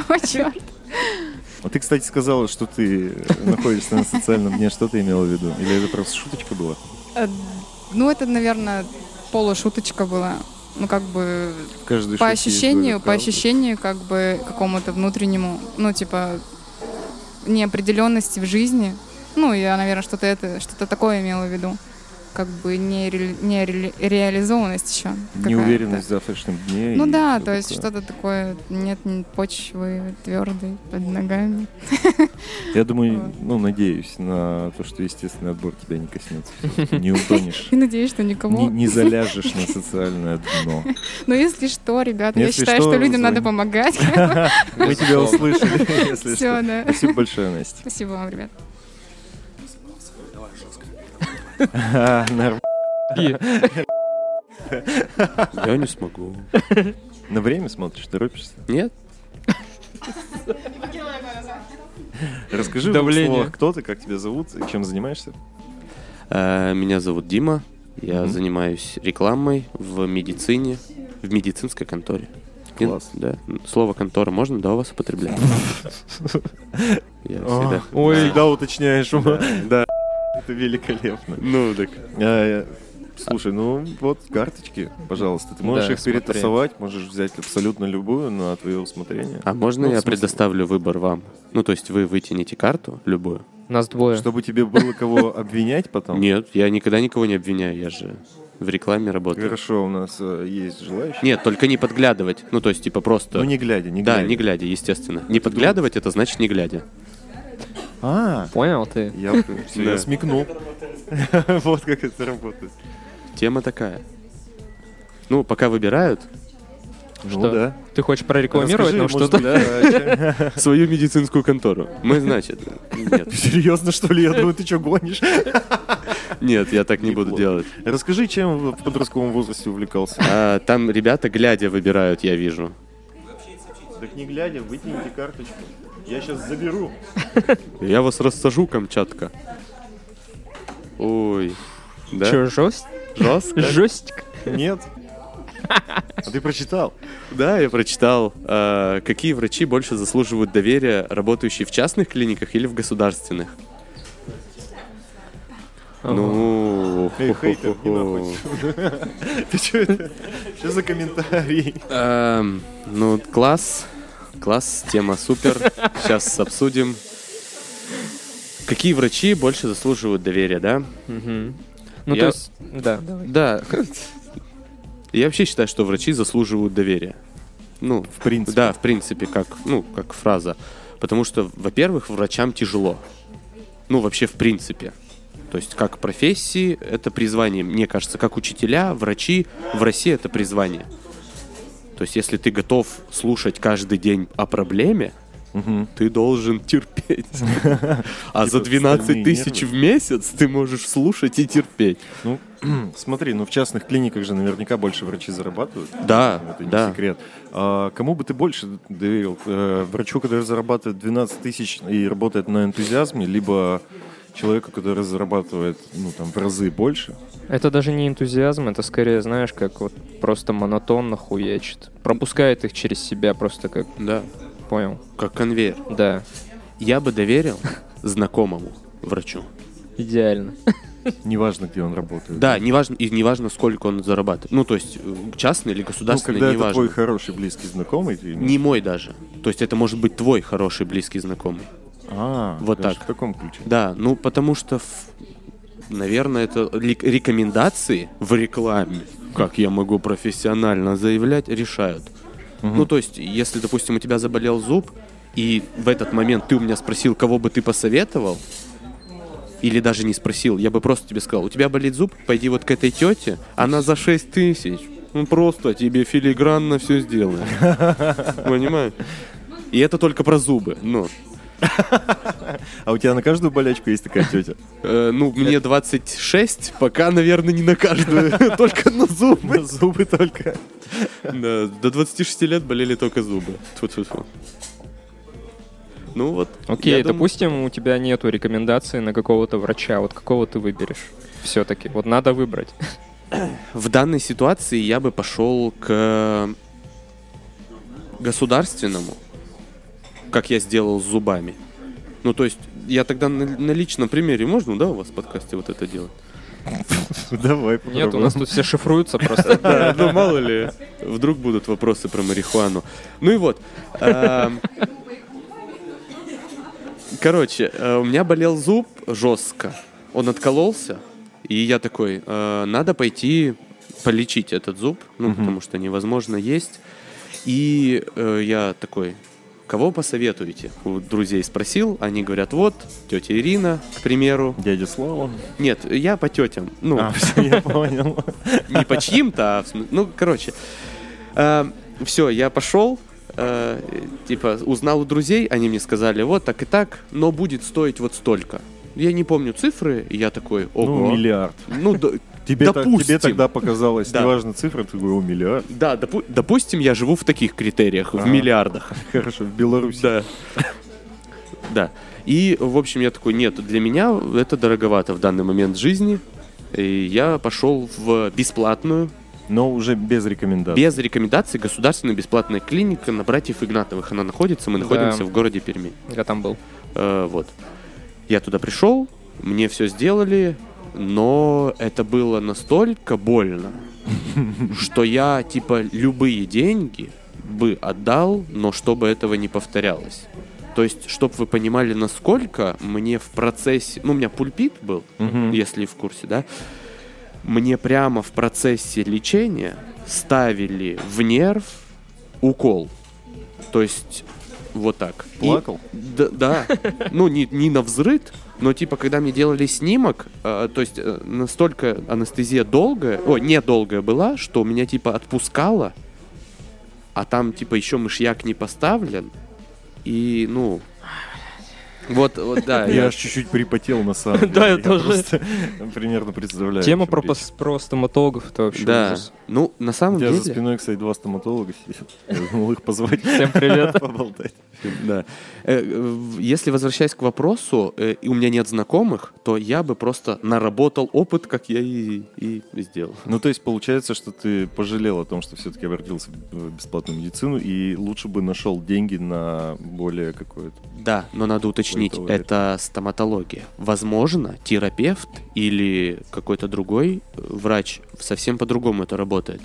Speaker 5: О, чёрт.
Speaker 1: А ты, кстати, сказала, что ты э, находишься на социальном дне. Что ты имела в виду? Или это просто шуточка была?
Speaker 5: Э, Ну, это, наверное, полушуточка была. Ну, как бы,
Speaker 1: В каждой
Speaker 5: по
Speaker 1: шутке есть
Speaker 5: ощущению,
Speaker 1: доля
Speaker 5: по
Speaker 1: правды.
Speaker 5: ощущению, как бы, какому-то внутреннему, ну, типа, неопределенности в жизни. Ну, я, наверное, что-то это, что-то такое имела в виду. Как бы не, ре- не ре- реализованность еще. какая-то.
Speaker 1: Неуверенность в завтрашнем дне.
Speaker 5: Ну
Speaker 1: и
Speaker 5: да,
Speaker 1: всё
Speaker 5: то есть
Speaker 1: такое.
Speaker 5: что-то такое, нет н- почвы твердой под ногами.
Speaker 1: Я думаю, ну, надеюсь на то, что естественный отбор тебя не коснется. Не утонешь.
Speaker 5: И надеюсь, что никому.
Speaker 1: Не, не заляжешь на социальное дно.
Speaker 5: Но если что, ребята, я
Speaker 1: Если
Speaker 5: считаю,
Speaker 1: что,
Speaker 5: что, людям надо
Speaker 1: звони.
Speaker 5: помогать.
Speaker 1: Мы тебя услышали, если
Speaker 5: Все,
Speaker 1: что.
Speaker 5: да.
Speaker 1: Спасибо большое, Настя.
Speaker 5: Спасибо вам, ребят.
Speaker 1: А, нар-
Speaker 2: И-
Speaker 6: Я не смогу.
Speaker 1: На время смотришь, торопишься?
Speaker 6: Нет?
Speaker 1: Расскажи в двух
Speaker 2: Давление.
Speaker 1: словах, кто ты, как тебя зовут, и чем занимаешься?
Speaker 6: Э, Меня зовут Дима. Я
Speaker 1: Мгм.
Speaker 6: занимаюсь рекламой в медицине, в медицинской конторе. И-
Speaker 1: Класс.
Speaker 6: Да. Слово контора можно, да, у вас употреблять? Я всегда...
Speaker 1: Ой, да, уточняешь. ума. Да, это великолепно.
Speaker 6: Ну, так...
Speaker 1: А, э, Слушай, ну вот карточки, пожалуйста. Ты можешь
Speaker 2: Да,
Speaker 1: их
Speaker 2: смотри.
Speaker 1: перетасовать, можешь взять абсолютно любую ну, на твое усмотрение.
Speaker 6: А можно
Speaker 1: Ну, в
Speaker 6: я
Speaker 1: смысле?
Speaker 6: предоставлю выбор вам? Ну, то есть вы вытяните карту, любую?
Speaker 2: Нас двое.
Speaker 1: Чтобы тебе было кого обвинять потом.
Speaker 6: Нет, я никогда никого не обвиняю, я же в рекламе работаю.
Speaker 1: Хорошо, у нас э, есть желающие.
Speaker 6: Нет, только не подглядывать. Ну, то есть, типа, просто...
Speaker 1: Ну не глядя, не глядя.
Speaker 6: Да, не глядя, естественно. Не подглядывать, это значит не глядя.
Speaker 1: А,
Speaker 2: Понял ты?
Speaker 1: Я, прям всё, я
Speaker 6: Да.
Speaker 1: смекнул. Вот как это работает.
Speaker 6: Тема такая. Ну, пока выбирают
Speaker 1: Ну
Speaker 2: Что?
Speaker 1: да.
Speaker 2: Ты хочешь прорекламировать нам
Speaker 1: Расскажи,
Speaker 2: что-то?
Speaker 1: может быть, о чем-
Speaker 6: свою медицинскую контору. Мы, значит, нет,
Speaker 1: Серьезно, что ли? Я думаю, ты что, гонишь?
Speaker 6: нет, я так не буду
Speaker 1: Неплохо.
Speaker 6: делать.
Speaker 1: Расскажи, чем в в подростковом возрасте увлекался.
Speaker 6: А, там ребята глядя выбирают, я вижу.
Speaker 1: Так не глядя, вытяните карточку. Я сейчас заберу.
Speaker 6: Я вас рассажу, Камчатка. Ой, да?
Speaker 2: Че, жесть?
Speaker 6: Жестко?
Speaker 2: Жестик.
Speaker 1: Нет. А ты прочитал?
Speaker 6: Да, я прочитал. А, какие врачи больше заслуживают доверия, работающие в частных клиниках или в государственных? Ну,
Speaker 1: Эй, хейтер, не
Speaker 6: хо-хо-хо.
Speaker 1: нахуй. Ты что это? Что за комментарий?
Speaker 6: Эм, ну, класс. Класс, тема супер. Сейчас обсудим. Какие врачи больше заслуживают доверия, да?
Speaker 2: Мгм. Ну,
Speaker 6: Я-
Speaker 2: то есть, да, давай.
Speaker 6: Да. Я вообще считаю, что врачи заслуживают доверия. Ну,
Speaker 1: В принципе.
Speaker 6: да, в принципе, как, ну, как фраза. Потому что, во-первых, врачам тяжело. Ну, вообще, в принципе. То есть, как профессии, это призвание, мне кажется, как учителя, врачи, в России это призвание. То есть, если ты готов слушать каждый день о проблеме,
Speaker 1: Мгм.
Speaker 6: ты должен терпеть. А за
Speaker 1: Типа
Speaker 6: 12
Speaker 1: стальные
Speaker 6: тысяч в месяц ты можешь слушать и терпеть.
Speaker 1: Смотри, ну в частных клиниках же наверняка больше врачи зарабатывают.
Speaker 6: Да,
Speaker 1: Это не
Speaker 6: да.
Speaker 1: секрет. А кому бы ты больше доверил? Э, Врачу, который зарабатывает 12 тысяч и работает на энтузиазме, либо человеку, который зарабатывает ну, там, в разы больше?
Speaker 2: Это даже не энтузиазм, это скорее, знаешь, как вот просто монотонно хуячит. Пропускает их через себя просто как,
Speaker 6: Да,
Speaker 2: понял?
Speaker 6: как конвейер.
Speaker 2: Да,
Speaker 6: Я бы доверил знакомому врачу.
Speaker 2: идеально.
Speaker 1: Неважно, где он работает.
Speaker 6: Да, неважно, и неважно, сколько он зарабатывает. Ну, то есть, э, частный или
Speaker 1: Ну,
Speaker 6: государственный,
Speaker 1: когда это
Speaker 6: неважно.
Speaker 1: твой хороший близкий знакомый, ты имеешь-
Speaker 6: Не мой даже. То есть, это может быть твой хороший близкий знакомый.
Speaker 1: А,
Speaker 6: Вот
Speaker 1: даже
Speaker 6: так.
Speaker 1: В таком ключе.
Speaker 6: Да, ну, потому что, ф- наверное, это лик- рекомендации в рекламе, как я могу профессионально заявлять, решают. Ну, то есть, если, допустим, у тебя заболел зуб, и в этот момент ты у меня спросил, кого бы ты посоветовал, или даже не спросил, я бы просто тебе сказал, у тебя болит зуб, пойди вот к этой тете, она за 6 тысяч, ну просто тебе филигранно все сделает. Понимаешь? И это только про зубы, ну.
Speaker 1: А у тебя на каждую болячку есть такая тетя?
Speaker 6: Э, ну, мне 26, пока, наверное, не на каждую, только на зубы.
Speaker 1: На зубы только.
Speaker 6: Да, До 26 лет болели только зубы. Тьфу-тьфу-тьфу. Ну вот.
Speaker 2: Окей,
Speaker 6: я думаю-
Speaker 2: допустим, у тебя нету рекомендации на какого-то врача, вот какого ты выберешь? Все-таки, вот надо выбрать.
Speaker 6: В данной ситуации я бы пошел к государственному, как я сделал с зубами. Ну, то есть, я тогда на, на личном примере, можно, да, у вас в подкасте вот это делать?
Speaker 1: Давай
Speaker 2: Нет, у
Speaker 1: попробуем.
Speaker 2: нас тут все шифруются просто.
Speaker 6: Да, ну мало ли, вдруг будут вопросы про марихуану. Ну и вот. эм, Короче, э, у меня болел зуб жестко. Он откололся, и я такой, э, надо пойти полечить этот зуб, ну, потому что невозможно есть. И э, я такой, кого посоветуете? У друзей спросил, они говорят, вот, тетя Ирина, к примеру.
Speaker 1: Дядя Слава.
Speaker 6: Нет, я по тетям. Ну,
Speaker 1: А, все, я понял.
Speaker 6: не по чьим-то, а в смы- ну, короче. все, я пошел, э, типа, узнал у друзей, они мне сказали, вот так и так, но будет стоить вот столько. Я не помню цифры, и я такой,
Speaker 1: Ну,
Speaker 6: ого.
Speaker 1: миллиард.
Speaker 6: Ну, да,
Speaker 1: Тебе, так- тебе
Speaker 6: Допустим.
Speaker 1: тогда показалось,
Speaker 6: Да.
Speaker 1: неважно цифра, ты говорил миллиард.
Speaker 6: да, допу- допустим, я живу в таких критериях, в
Speaker 1: Ага.
Speaker 6: миллиардах.
Speaker 1: Хорошо, в Беларуси.
Speaker 6: Да. Да. И, в общем, я такой, нет, для меня это дороговато в данный момент жизни. И я пошел в бесплатную
Speaker 1: Но уже без рекомендаций.
Speaker 6: Без рекомендаций государственная бесплатная клиника на братьев Игнатовых. Она находится, мы
Speaker 2: Да.
Speaker 6: находимся в городе Перми.
Speaker 2: Я там был.
Speaker 6: Э, вот. Я туда пришел, мне все сделали, но это было настолько больно, что я, типа, любые деньги бы отдал, но чтобы этого не повторялось. То есть, чтобы вы понимали, насколько мне в процессе... Ну, у меня пульпит был,
Speaker 1: Мгм.
Speaker 6: если в курсе, да? Мне прямо в процессе лечения ставили в нерв укол. То есть, вот так. И-
Speaker 1: Плакал?
Speaker 6: да, да. ну не, не на взрыт, но типа когда мне делали снимок, э, то есть э, настолько анестезия долгая, о, недолгая была, что меня типа отпускало, а там типа еще мышьяк не поставлен, и ну... Вот, вот, да.
Speaker 1: Я
Speaker 6: я-
Speaker 1: аж чуть-чуть припотел на самом деле.
Speaker 2: Да, я тоже.
Speaker 1: просто примерно представляю. о
Speaker 2: Тема
Speaker 1: чем
Speaker 2: про,
Speaker 1: речь.
Speaker 2: пос- про стоматологов это вообще
Speaker 6: Да.
Speaker 2: ужас.
Speaker 6: Ну, на
Speaker 1: У
Speaker 6: самом
Speaker 1: тебя за
Speaker 6: деле...
Speaker 1: спиной, кстати, два стоматолога сидят. Я думал их позвать,
Speaker 2: Всем привет.
Speaker 1: поболтать.
Speaker 6: Да. Э, э, в- Если возвращаясь к вопросу, э, и у меня нет знакомых, то я бы просто наработал опыт, как я и, и сделал.
Speaker 1: Ну, то есть, получается, что ты пожалел о том, что все-таки обратился в бесплатную медицину, и лучше бы нашел деньги на более какое-то...
Speaker 6: Да, но надо уточнить,
Speaker 1: Какой-то вариант.
Speaker 6: это стоматология. Возможно, терапевт или какой-то другой э, врач совсем по-другому это работает.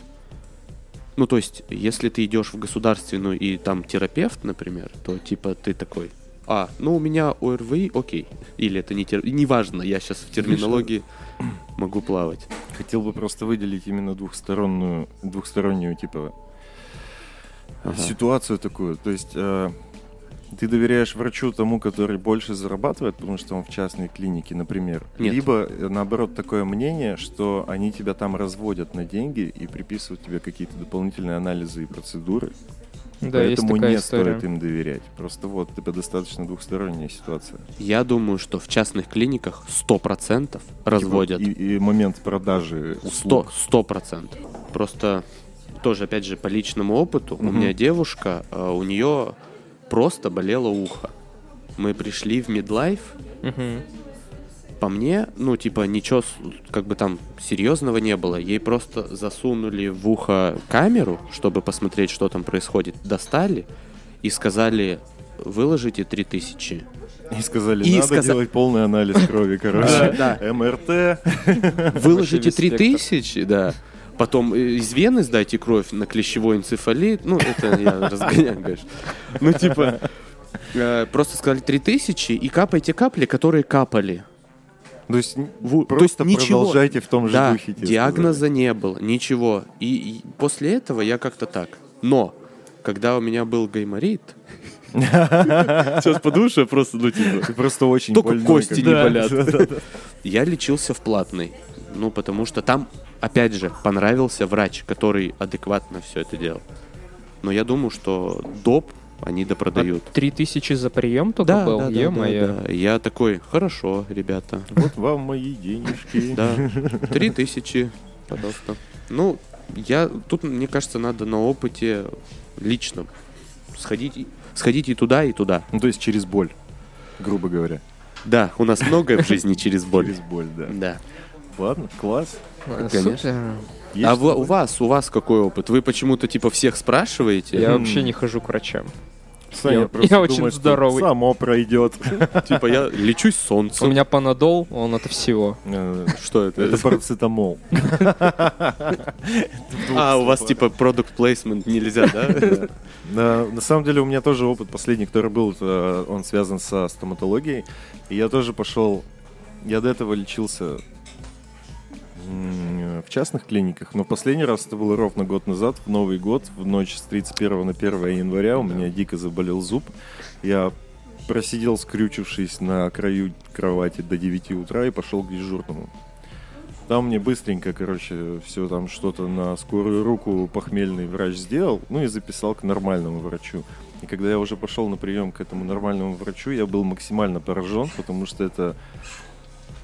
Speaker 6: Ну, то есть, если ты идешь в государственную и там терапевт, например, то типа ты такой, а, ну у меня ОРВИ, окей. Или это не терапевт, неважно, я сейчас в терминологии могу плавать.
Speaker 1: Хотел бы просто выделить именно двухстороннюю, двухстороннюю, типа,
Speaker 6: Ага.
Speaker 1: ситуацию такую. То есть э, ты доверяешь врачу тому, который больше зарабатывает, потому что он в частной клинике, например.
Speaker 6: Нет.
Speaker 1: Либо, э, наоборот, такое мнение, что они тебя там разводят на деньги и приписывают тебе какие-то дополнительные анализы и процедуры.
Speaker 2: Да, есть
Speaker 1: Поэтому
Speaker 2: такая
Speaker 1: не
Speaker 2: история.
Speaker 1: стоит им доверять. Просто вот это достаточно двухсторонняя ситуация.
Speaker 6: Я думаю, что в частных клиниках 100% разводят.
Speaker 1: И, и момент продажи Типа, услуг.
Speaker 6: 100, 100%. Просто тоже, опять же, по личному опыту. У
Speaker 1: Мгм.
Speaker 6: меня девушка, э, у нее просто болело ухо. Мы пришли в Мидлайф,
Speaker 2: Мгм.
Speaker 6: по мне, ну, типа, ничего с- как бы там серьезного не было. Ей просто засунули в ухо камеру, чтобы посмотреть, что там происходит. Достали и сказали, выложите 3000.
Speaker 1: И сказали,
Speaker 6: И
Speaker 1: надо
Speaker 6: сказа-
Speaker 1: делать полный анализ крови, короче.
Speaker 6: Да.
Speaker 1: МРТ.
Speaker 6: Выложите
Speaker 2: весь спектр.
Speaker 6: 3000, да. Потом э, из вены сдайте кровь на клещевой энцефалит. Ну, это я разгоняю, конечно. Ну, типа, э, просто сказали 3000 и капайте капли, которые капали.
Speaker 1: То есть н-
Speaker 6: Ву- то есть
Speaker 1: просто
Speaker 6: ничего.
Speaker 1: продолжайте в том же
Speaker 6: Да,
Speaker 1: духе. типа. тебе
Speaker 6: диагноза не было, ничего. И, и после этого я как-то так. Но, когда у меня был гайморит... Сейчас подумаешь, я просто, ну,
Speaker 1: сказали.
Speaker 6: типа...
Speaker 1: Ты просто очень
Speaker 6: Только
Speaker 1: больной,
Speaker 6: кости не
Speaker 1: когда-
Speaker 6: болят.
Speaker 1: Да-да-да.
Speaker 6: Я лечился в платной. Ну, потому что там, опять же, понравился врач, который адекватно все это делал. Но я думаю, что доп они допродают.
Speaker 2: А Три тысячи за прием только был? Е-мое.
Speaker 6: да. Я такой, хорошо, ребята.
Speaker 1: Вот вам мои денежки.
Speaker 6: Да, три тысячи, пожалуйста. Ну, я тут, мне кажется, надо на опыте личном сходить, и- сходить и туда, и туда.
Speaker 1: Ну, то есть через боль, грубо говоря.
Speaker 6: Да, у нас многое в жизни через боль.
Speaker 1: Через боль, да.
Speaker 6: Да.
Speaker 1: Ладно, класс.
Speaker 2: А,
Speaker 6: Конечно.
Speaker 2: супер.
Speaker 1: Есть
Speaker 6: А
Speaker 1: с
Speaker 6: вы- у
Speaker 1: тобой?
Speaker 6: вас, у вас какой опыт? Вы почему-то типа всех спрашиваете?
Speaker 2: Я
Speaker 1: М.
Speaker 2: вообще не хожу к врачам.
Speaker 1: Саня
Speaker 2: я-
Speaker 1: просто
Speaker 2: я очень
Speaker 1: думает, что
Speaker 2: здоровый.
Speaker 1: Само пройдет.
Speaker 6: Типа я лечусь
Speaker 2: У
Speaker 6: солнцем.
Speaker 2: меня панадол, он от всего.
Speaker 1: Э,
Speaker 6: Что это?
Speaker 1: Это парацетамол.
Speaker 6: А, у вас типа продукт плейсмент нельзя, да?
Speaker 1: На, на самом деле у меня тоже опыт последний, который был, это он связан со стоматологией. И я тоже пошел, я до этого лечился м, в частных клиниках, но последний раз это было ровно год назад, в Новый год, в ночь с 31 на 1 января у меня дико заболел зуб. Я просидел, скрючившись на краю кровати до 9 утра и пошел к дежурному. Там мне быстренько, короче, все там что-то на скорую руку похмельный врач сделал, ну и записал к нормальному врачу. И когда я уже пошел на прием к этому нормальному врачу, я был максимально поражен, потому что это,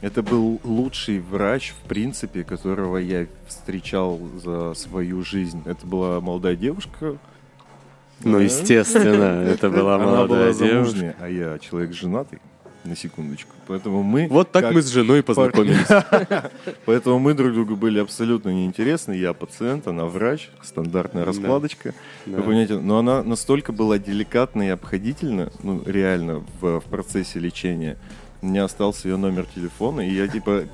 Speaker 1: это был лучший врач, в принципе, которого я встречал за свою жизнь. Это была молодая девушка.
Speaker 6: Ну,
Speaker 1: Да.
Speaker 6: естественно, это была
Speaker 1: Она
Speaker 6: молодая
Speaker 1: была
Speaker 6: девушка.
Speaker 1: замужняя, а я человек женатый, на секундочку. Поэтому мы...
Speaker 6: Вот так
Speaker 1: как
Speaker 6: мы с женой познакомились.
Speaker 1: Поэтому мы друг другу были абсолютно неинтересны. Я пациент, она врач, стандартная
Speaker 6: Да.
Speaker 1: раскладочка.
Speaker 6: Да.
Speaker 1: Вы понимаете, но она настолько была деликатна и обходительна, ну, реально, в, в процессе лечения. У меня остался ее номер телефона, и я, типа,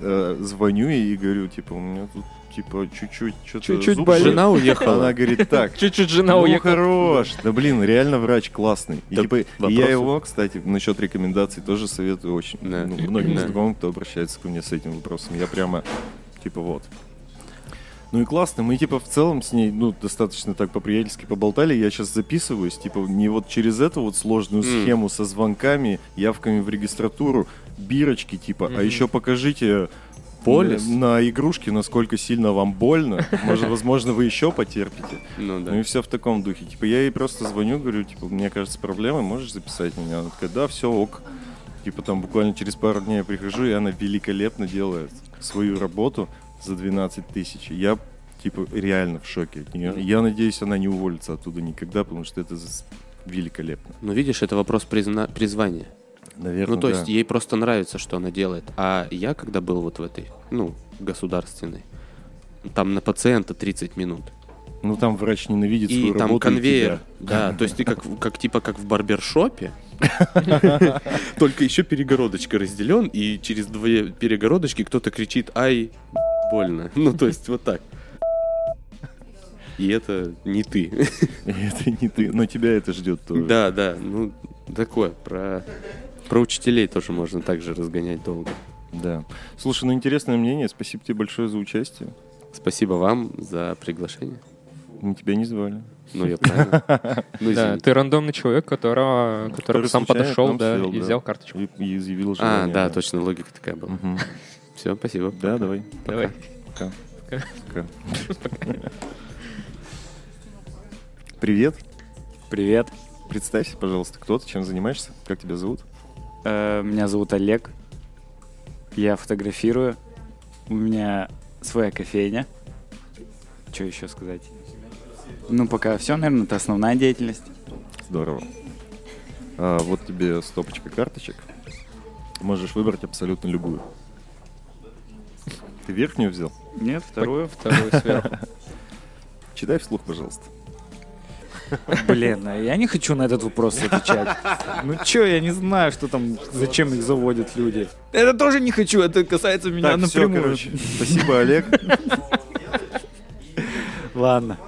Speaker 1: э, звоню ей и говорю, типа, у меня тут, типа, чуть-чуть, что-то
Speaker 2: Чуть-чуть
Speaker 1: зуб
Speaker 2: болит.
Speaker 1: болит.
Speaker 6: Жена уехала.
Speaker 1: Она говорит, так,
Speaker 2: Чуть-чуть жена
Speaker 1: ну,
Speaker 2: уехала.
Speaker 1: хорош. Да блин, реально врач классный. И,
Speaker 6: Да,
Speaker 1: типа, и я
Speaker 6: вопросов?
Speaker 1: его, кстати, насчет рекомендаций тоже советую очень
Speaker 6: Да.
Speaker 1: ну, многим
Speaker 6: Да.
Speaker 1: знакомым, кто обращается ко мне с этим вопросом. Я прямо, типа, вот. Ну и классно, мы типа в целом с ней, ну, достаточно так по-приятельски поболтали, я сейчас записываюсь, типа, не вот через эту вот сложную
Speaker 6: М.
Speaker 1: схему со звонками, явками в регистратуру, бирочки, типа, а
Speaker 2: Мгм.
Speaker 1: еще покажите
Speaker 6: Полис?
Speaker 1: на, на игрушке, насколько сильно вам больно, может, возможно, вы еще потерпите.
Speaker 6: Ну да.
Speaker 1: Ну и все в таком духе. Типа я ей просто звоню, говорю, типа, мне кажется, проблемы, можешь записать меня? Она такая, да, все ок. Типа там буквально через пару дней я прихожу, и она великолепно делает свою работу за 12 тысяч. И Я типа реально в шоке от нее. Я надеюсь, она не уволится оттуда никогда, потому что это зас- великолепно.
Speaker 6: Ну, видишь, это вопрос призна- призвания.
Speaker 1: Наверное,
Speaker 6: Ну, то есть ей просто нравится, что она делает. А я, когда был вот в этой, ну, государственной, там на пациента 30 минут.
Speaker 1: Ну там врач ненавидит
Speaker 6: И
Speaker 1: свою
Speaker 6: там
Speaker 1: работу и
Speaker 6: конвейер.
Speaker 1: тебя.
Speaker 6: Да, то есть ты как, в- как типа как в барбершопе, только еще перегородочка разделен, и через две перегородочки кто-то кричит «Ай, больно». Ну, то есть вот так. И это не ты.
Speaker 1: И это не ты, но тебя это ждет тоже.
Speaker 6: Да, да, ну, такое, про... Про учителей тоже можно также разгонять долго.
Speaker 1: Да. Слушай, ну интересное мнение. Спасибо тебе большое за участие.
Speaker 6: Спасибо вам за приглашение.
Speaker 1: Мы тебя не звали.
Speaker 6: Ну, я правильно. Ну,
Speaker 2: Да,
Speaker 6: извините.
Speaker 2: ты рандомный человек, которого, который
Speaker 1: Который
Speaker 2: сам
Speaker 1: случайно к
Speaker 2: подошел
Speaker 1: нам
Speaker 2: да,
Speaker 1: сел,
Speaker 2: и
Speaker 1: да.
Speaker 2: взял карточку.
Speaker 1: И, и изъявил желание.
Speaker 6: А, да, точно, логика такая была.
Speaker 1: Мгм.
Speaker 6: Все, спасибо.
Speaker 1: Да, давай.
Speaker 2: Давай.
Speaker 1: Привет.
Speaker 7: Привет.
Speaker 1: Представься, пожалуйста, кто ты, чем занимаешься, как тебя зовут?
Speaker 7: Э, Меня зовут Олег. Я фотографирую. У меня своя кофейня. Что еще сказать? Ну, пока все, наверное, это основная деятельность.
Speaker 1: Здорово. А, вот тебе стопочка карточек. Можешь выбрать абсолютно любую. Ты верхнюю взял?
Speaker 7: Нет, вторую.
Speaker 2: Вторую сверху.
Speaker 1: Читай вслух, пожалуйста.
Speaker 7: Блин, а я не хочу на этот вопрос отвечать. Ну чё, я не знаю, что там, зачем их заводят люди. Это тоже не хочу, это касается меня
Speaker 1: Так, всё,
Speaker 7: напрямую.
Speaker 1: короче. Спасибо, Олег.
Speaker 7: Ладно.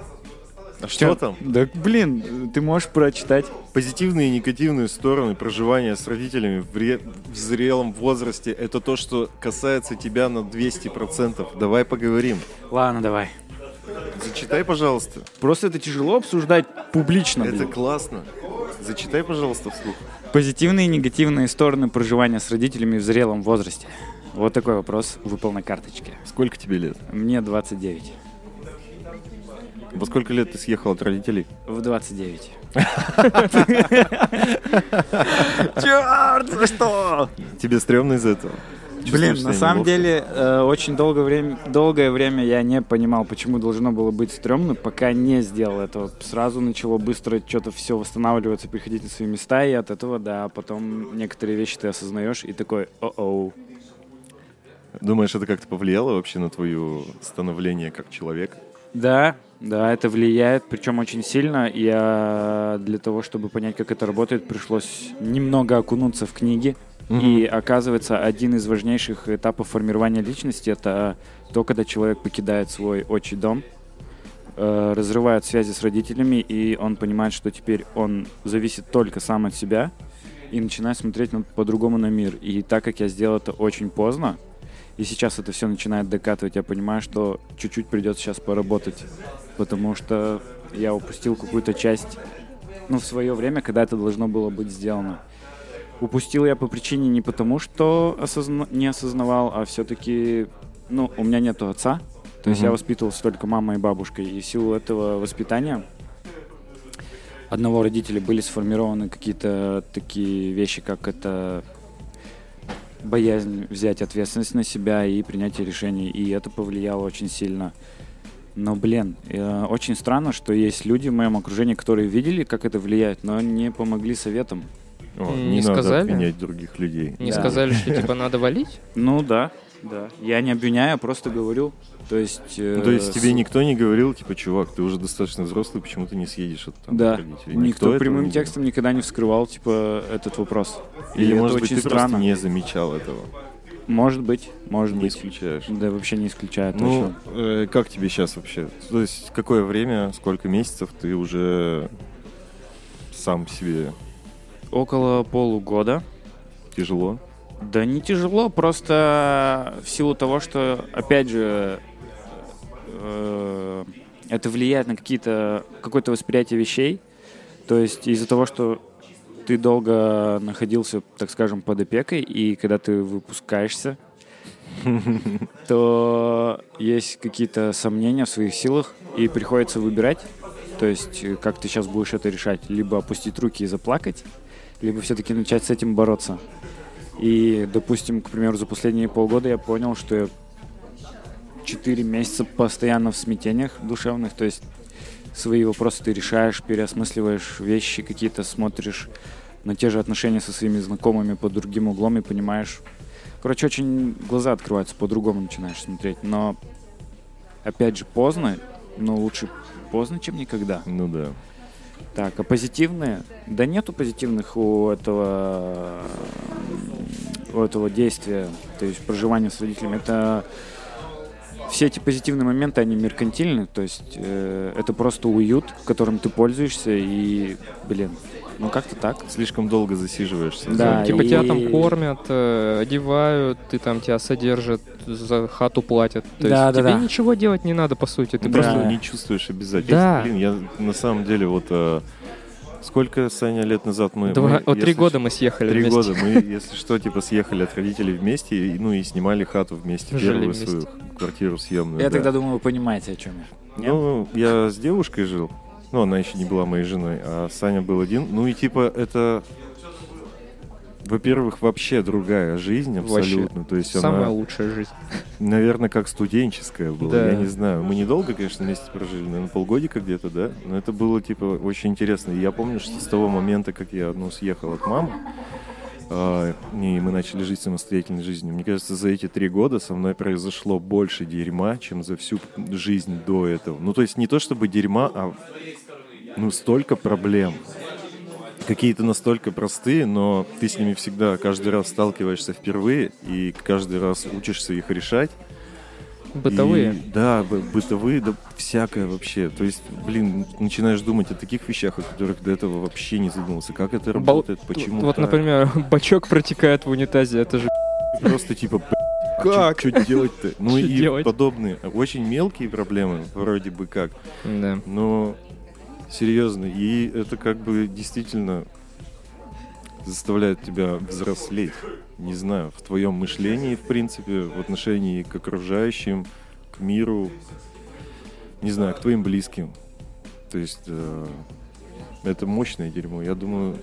Speaker 1: А что там?
Speaker 7: Да, блин, ты можешь прочитать.
Speaker 1: Позитивные и негативные стороны проживания с родителями в, ре- в зрелом возрасте – это то, что касается тебя на 200%. Давай поговорим.
Speaker 7: Ладно, давай.
Speaker 1: Зачитай, пожалуйста.
Speaker 7: Просто это тяжело обсуждать публично.
Speaker 1: Это
Speaker 7: блин.
Speaker 1: классно. Зачитай, пожалуйста, вслух.
Speaker 7: Позитивные и негативные стороны проживания с родителями в зрелом возрасте. Вот такой вопрос выпал на карточке.
Speaker 1: Сколько тебе лет?
Speaker 7: Мне 29.
Speaker 1: Во сколько лет ты съехал от родителей?
Speaker 7: В 29.
Speaker 1: Тебе стрёмно из-за этого? Чувствуешь
Speaker 7: Блин,
Speaker 1: себя
Speaker 7: на самом
Speaker 1: неловко?
Speaker 7: деле, э, очень долгое время, долгое время я не понимал, почему должно было быть стрёмно, пока не сделал этого. Сразу начало быстро что-то все восстанавливаться, приходить на свои места, и от этого, да, потом некоторые вещи ты осознаешь и такой, о-оу.
Speaker 1: Думаешь, это как-то повлияло вообще на твое становление как человека?
Speaker 7: Да, да, это влияет, причем очень сильно. Я для того, чтобы понять, как это работает, пришлось немного окунуться в книги. И оказывается, один из важнейших этапов формирования личности это то, когда человек покидает свой отчий дом, э, разрывает связи с родителями, и он понимает, что теперь он зависит только сам от себя и начинает смотреть на- по-другому на мир. И так как я сделал это очень поздно, и сейчас это все начинает докатывать, я понимаю, что чуть-чуть придется сейчас поработать, потому что я упустил какую-то часть, ну, в свое время, когда это должно было быть сделано. Упустил я по причине не потому, что осозна- не осознавал, а все-таки, ну, у меня нету отца, то есть я воспитывался только мамой и бабушкой, и в силу этого воспитания одного родителя были сформированы какие-то такие вещи, как это боязнь взять ответственность на себя и принятие решений, и это повлияло очень сильно. Но, блин, э, очень странно, что есть люди в моем окружении, которые видели, как это влияет, но не помогли советом.
Speaker 1: О,
Speaker 2: Не
Speaker 1: надо
Speaker 2: сказали?
Speaker 1: обвинять других людей.
Speaker 2: Не
Speaker 7: Да.
Speaker 2: сказали, что типа надо валить?
Speaker 7: Ну да, да. Я не обвиняю, а просто говорю. То есть... э,
Speaker 1: Ну, то есть тебе
Speaker 7: с-
Speaker 1: никто не говорил, типа, чувак, ты уже достаточно взрослый, почему ты не съедешь от там,
Speaker 7: Да.
Speaker 1: родителей?
Speaker 7: Никто,
Speaker 1: этого
Speaker 7: прямым
Speaker 1: не делал?
Speaker 7: текстом никогда не вскрывал, типа, этот вопрос. И
Speaker 1: Или,
Speaker 7: это
Speaker 1: может быть,
Speaker 7: очень
Speaker 1: ты
Speaker 7: странно.
Speaker 1: просто не замечал этого?
Speaker 7: Может быть, может
Speaker 1: Не
Speaker 7: быть.
Speaker 1: исключаешь.
Speaker 7: Да, вообще не исключаю
Speaker 1: Ну,
Speaker 7: точно.
Speaker 1: э, как тебе сейчас вообще? То есть, какое время, сколько месяцев ты уже сам себе
Speaker 7: Около полугода.
Speaker 1: тяжело?
Speaker 7: Да не тяжело, просто в силу того, что, опять же, э, это влияет на какие-то, какое-то восприятие вещей. То есть из-за того, что ты долго находился, так скажем, под опекой, и когда ты выпускаешься, то есть какие-то сомнения в своих силах, и приходится выбирать, то есть э, как ты сейчас будешь это решать, либо опустить руки и заплакать, либо все-таки начать с этим бороться. И, допустим, к примеру, за последние полгода я понял, что я 4 месяца постоянно в смятениях душевных, то есть свои вопросы ты решаешь, переосмысливаешь вещи какие-то, смотришь на те же отношения со своими знакомыми под другим углом и понимаешь... Короче, очень глаза открываются, по-другому начинаешь смотреть, но опять же поздно, но лучше поздно, чем никогда.
Speaker 1: Ну да.
Speaker 7: Так, а позитивные? Да нету позитивных у этого, у этого действия, то есть проживания с родителями. Это все эти позитивные моменты, они меркантильны, то есть э, это просто уют, которым ты пользуешься, и, блин, ну как-то так.
Speaker 1: Слишком долго засиживаешься.
Speaker 7: Да,
Speaker 1: За-
Speaker 2: Типа тебя там
Speaker 7: и-
Speaker 2: кормят, э, одевают, ты там тебя содержат, за хату платят. То
Speaker 7: Да,
Speaker 2: есть
Speaker 7: да,
Speaker 2: тебе
Speaker 7: да.
Speaker 2: ничего делать не надо, по сути. Ты
Speaker 1: Ты
Speaker 7: Да.
Speaker 1: просто не чувствуешь обязательств.
Speaker 2: Да.
Speaker 1: Блин, я на самом деле вот... э, сколько, Саня, лет назад мы...
Speaker 2: просто два-
Speaker 1: мы,
Speaker 2: о, три
Speaker 1: если
Speaker 2: года мы съехали.
Speaker 1: Три
Speaker 2: вместе.
Speaker 1: года. Мы, если что, типа съехали от родителей вместе, и, ну и снимали хату вместе,
Speaker 2: Жили
Speaker 1: первую
Speaker 2: вместе.
Speaker 1: свою квартиру съемную.
Speaker 7: Я
Speaker 1: да.
Speaker 7: тогда думаю, вы понимаете, о чем я.
Speaker 1: Ну, я с девушкой жил. Ну, она еще не была моей женой, а Саня был один. Ну и типа это, во-первых, вообще другая жизнь
Speaker 2: Вообще.
Speaker 1: абсолютно. То есть
Speaker 2: Самая
Speaker 1: она,
Speaker 2: лучшая жизнь.
Speaker 1: наверное, как студенческая была.
Speaker 2: Да.
Speaker 1: Я не знаю. Мы недолго, конечно, вместе прожили, наверное, полгодика где-то, да. Но это было типа очень интересно. И я помню, что с того момента, как я ну, съехал от мамы, а, и мы начали жить самостоятельной жизнью. Мне кажется, за эти три года со мной произошло больше дерьма, чем за всю жизнь до этого. Ну, то есть не то чтобы дерьма, а ну, столько проблем. Какие-то настолько простые, но ты с ними всегда каждый раз сталкиваешься впервые и каждый раз учишься их решать.
Speaker 2: Бытовые.
Speaker 1: И, да, бы- бытовые, да всякое вообще. То есть, блин, начинаешь думать о таких вещах, о которых до этого вообще не задумывался. Как это
Speaker 2: Бол-
Speaker 1: работает, почему
Speaker 2: Вот,
Speaker 1: так?
Speaker 2: например, бачок протекает в унитазе, это же
Speaker 1: Просто типа, «Б***ь,
Speaker 2: Как?
Speaker 1: Что делать-то? Ну
Speaker 2: Чё
Speaker 1: и
Speaker 2: делать?
Speaker 1: подобные. Очень мелкие проблемы, вроде бы как.
Speaker 2: Да.
Speaker 1: Но серьезно, и это как бы действительно заставляет тебя взрослеть. Не знаю, в твоем мышлении, в принципе, в отношении к окружающим, к миру, не знаю, к твоим близким. То есть э, это мощное дерьмо. Я думаю,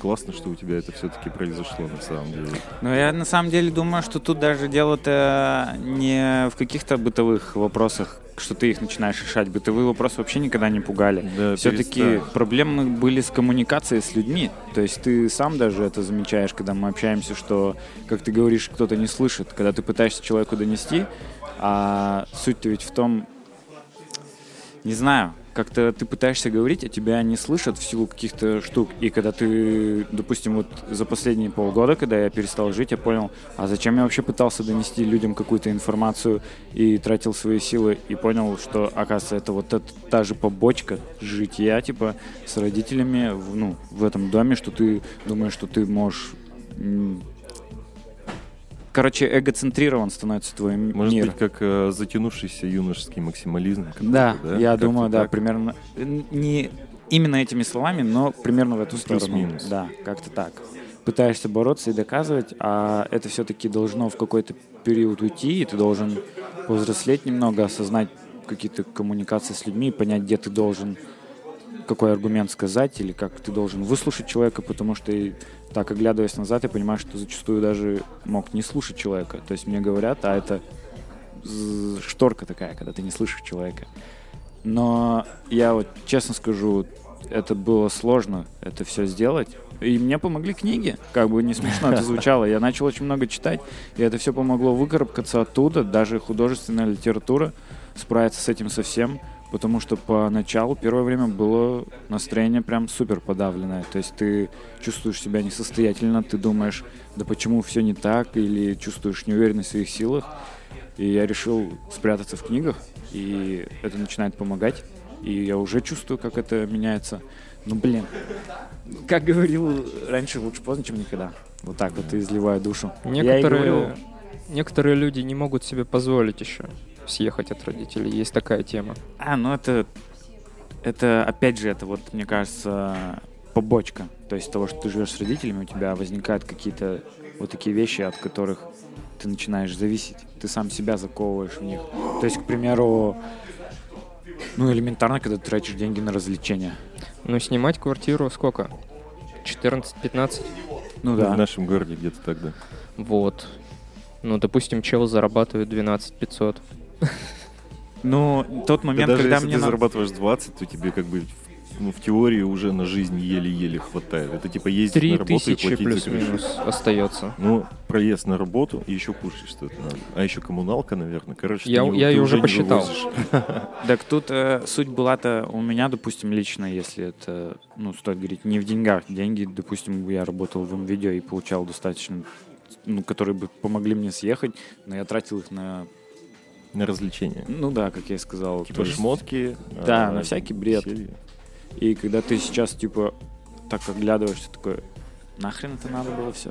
Speaker 1: классно, что у тебя это все-таки произошло на самом деле.
Speaker 7: Но я на самом деле думаю, что тут даже дело-то не в каких-то бытовых вопросах, что ты их начинаешь решать. Бытовые вопросы вообще никогда не пугали.
Speaker 1: Да,
Speaker 7: Все-таки
Speaker 1: перестань.
Speaker 7: проблемы были с коммуникацией с людьми. То есть ты сам даже это замечаешь, когда мы общаемся, что, как ты говоришь, кто-то не слышит, когда ты пытаешься человеку донести, а суть-то ведь в том, не знаю, как-то ты пытаешься говорить, а тебя не слышат в силу каких-то штук. И когда ты, допустим, вот за последние полгода, когда я перестал жить, я понял, а зачем я вообще пытался донести людям какую-то информацию и тратил свои силы, и понял, что, оказывается, это вот эта, та же побочка жития, типа, с родителями, в- ну, в этом доме, что ты думаешь, что ты можешь... м, Короче, эгоцентрирован становится твой м-
Speaker 1: Может
Speaker 7: мир.
Speaker 1: быть, как э, затянувшийся юношеский максимализм. какой-то,
Speaker 7: Да, я
Speaker 1: Как-то
Speaker 7: думаю, да,
Speaker 1: так.
Speaker 7: примерно н- не именно этими словами, но примерно в эту сторону.
Speaker 1: Плюс-минус.
Speaker 7: Да, как-то так. Пытаешься бороться и доказывать, а это все-таки должно в какой-то период уйти, и ты должен повзрослеть немного, осознать какие-то коммуникации с людьми, понять, где ты должен какой аргумент сказать или как ты должен выслушать человека, потому что и так, оглядываясь назад, я понимаю, что зачастую даже мог не слушать человека. То есть мне говорят, а это з- шторка такая, когда ты не слышишь человека. Но я вот честно скажу, это было сложно это все сделать. И мне помогли книги, как бы не смешно это звучало. Я начал очень много читать, и это все помогло выкарабкаться оттуда, даже художественная литература, справиться с этим совсем, потому что поначалу, первое время было настроение прям супер подавленное. То есть ты чувствуешь себя несостоятельно, ты думаешь, да почему все не так, или чувствуешь неуверенность в своих силах. И я решил спрятаться в книгах, и это начинает помогать. И я уже чувствую, как это меняется. Ну, блин, как говорил раньше, лучше поздно, чем никогда. Вот так вот и изливаю душу. Я и говорю,
Speaker 2: Некоторые, некоторые люди не могут себе позволить еще съехать от родителей. Есть такая тема.
Speaker 7: А, ну это, это опять же, это вот, мне кажется, побочка. То есть того, что ты живешь с родителями, у тебя возникают какие-то вот такие вещи, от которых ты начинаешь зависеть. Ты сам себя заковываешь в них. То есть, к примеру, ну элементарно, когда ты тратишь деньги на развлечения.
Speaker 2: Но Ну, снимать квартиру сколько? 14-15?
Speaker 7: Ну
Speaker 1: В
Speaker 7: да.
Speaker 1: нашем городе где-то тогда.
Speaker 2: Вот. Ну, допустим, чел зарабатывает 12 500.
Speaker 7: Ну, тот момент,
Speaker 1: Да даже
Speaker 7: когда
Speaker 1: если
Speaker 7: мне...
Speaker 1: ты
Speaker 7: на-
Speaker 1: зарабатываешь 20, то тебе как бы в- ну, в теории уже на жизнь еле-еле хватает. Это типа ездить на
Speaker 2: 3
Speaker 1: работу и
Speaker 2: тысячи
Speaker 1: платить за крышу.
Speaker 2: плюс-минус остается.
Speaker 1: Ну, проезд на работу и еще кушать что-то надо. А еще коммуналка, наверное. Короче, ты
Speaker 2: Я-
Speaker 1: не-
Speaker 2: я
Speaker 1: ты
Speaker 2: ее уже
Speaker 1: не
Speaker 2: посчитал.
Speaker 1: вывозишь.
Speaker 7: Так тут э, суть была-то у меня, допустим, лично, если это, ну, стоит говорить, не в деньгах. Деньги, допустим, я работал в видео и получал достаточно, ну, которые бы помогли мне съехать, но я тратил их на,
Speaker 1: На развлечения.
Speaker 7: ну да, как я и сказал. то
Speaker 1: Типа
Speaker 7: есть-
Speaker 1: шмотки.
Speaker 7: Да,
Speaker 1: а,
Speaker 7: на всякий бред.
Speaker 1: серии.
Speaker 7: И когда ты сейчас, типа, так оглядываешься, такой, нахрен это надо было все?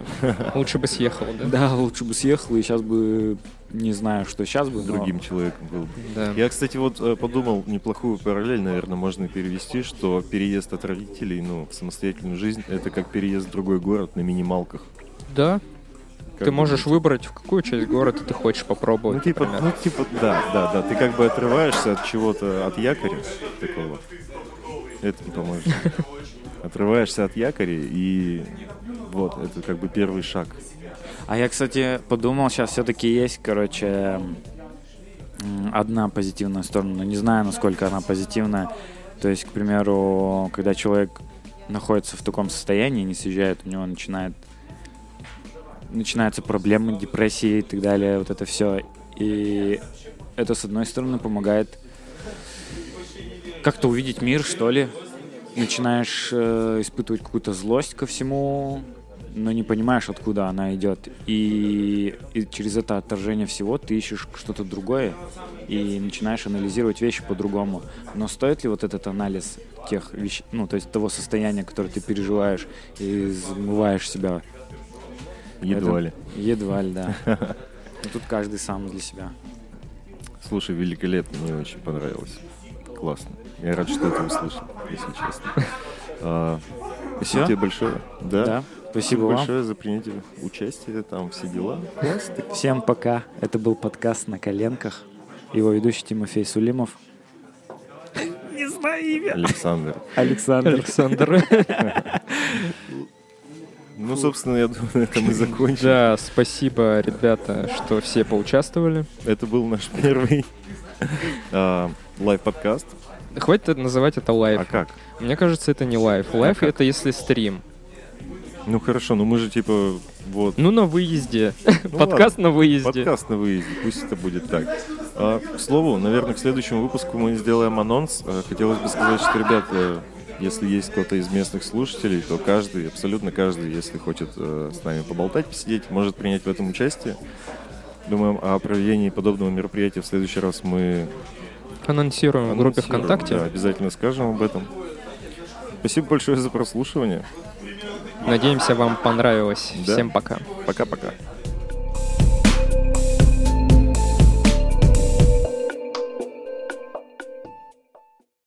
Speaker 2: Лучше бы съехал, да?
Speaker 7: Да, лучше бы съехал, и сейчас бы, не знаю, что сейчас бы,
Speaker 1: С
Speaker 7: но-
Speaker 1: другим человеком был.
Speaker 2: Да.
Speaker 1: Я, кстати, вот э, подумал, неплохую параллель, наверное, можно перевести, что переезд от родителей, ну, в самостоятельную жизнь, это как переезд в другой город на минималках.
Speaker 2: Да,
Speaker 1: Как
Speaker 2: ты
Speaker 1: бы,
Speaker 2: можешь выбрать, в какую часть города ты хочешь попробовать,
Speaker 1: Ну, типа,
Speaker 2: например.
Speaker 1: ну, типа, да, да, да. Ты как бы отрываешься от чего-то, от якоря такого. Это не поможет. Отрываешься от якоря, и вот, это как бы первый шаг.
Speaker 7: А я, кстати, подумал, сейчас все-таки есть, короче, м, одна позитивная сторона, но не знаю, насколько она позитивная. То есть, к примеру, когда человек находится в таком состоянии, не съезжает, у него начинает начинаются проблемы, депрессии и так далее, вот это все. И это, с одной стороны, помогает как-то увидеть мир, что ли. Начинаешь э, испытывать какую-то злость ко всему, но не понимаешь, откуда она идет. И, и через это отторжение всего ты ищешь что-то другое и начинаешь анализировать вещи по-другому. Но стоит ли вот этот анализ тех вещей, ну, то есть того состояния, которое ты переживаешь и замываешь себя?
Speaker 1: Едва
Speaker 7: Это-
Speaker 1: ли.
Speaker 7: Едва ли, да. Ну, Тут каждый сам для себя.
Speaker 1: Слушай, великолепно, мне очень понравилось. Классно. Я рад, что это услышал, если честно. А, Спасибо
Speaker 7: Всё?
Speaker 1: тебе большое.
Speaker 7: Да. Спасибо вам.
Speaker 1: большое за принятие участия, там все дела. Класс, так
Speaker 7: Всем пока. Это был подкаст «На коленках». Его ведущий Тимофей Сулимов.
Speaker 1: Александр.
Speaker 7: Александр.
Speaker 2: Александр.
Speaker 1: Ну, собственно, я думаю, на этом и закончим.
Speaker 2: Да, спасибо, ребята, что все поучаствовали.
Speaker 1: Это был наш первый а, лайв-подкаст.
Speaker 2: Хватит называть это лайф.
Speaker 1: А как?
Speaker 2: Мне кажется, это не лайф.
Speaker 1: А
Speaker 2: Лайф это если стрим.
Speaker 1: Ну, хорошо, ну мы же типа вот...
Speaker 2: Ну, на выезде.
Speaker 1: Ну,
Speaker 2: Подкаст на выезде.
Speaker 1: Подкаст на выезде, пусть это будет так. А, к слову, наверное, к следующему выпуску мы сделаем анонс. А, Хотелось бы сказать, что, ребят, э, если есть кто-то из местных слушателей, то каждый, абсолютно каждый, если хочет э, с нами поболтать, посидеть, может принять в этом участие. Думаем о проведении подобного мероприятия в следующий раз мы
Speaker 2: Анонсируем в группе
Speaker 1: анонсируем,
Speaker 2: ВКонтакте.
Speaker 1: да, обязательно скажем об этом. Спасибо большое за прослушивание.
Speaker 2: Надеемся, вам понравилось.
Speaker 1: Да.
Speaker 2: Всем пока.
Speaker 1: Пока-пока.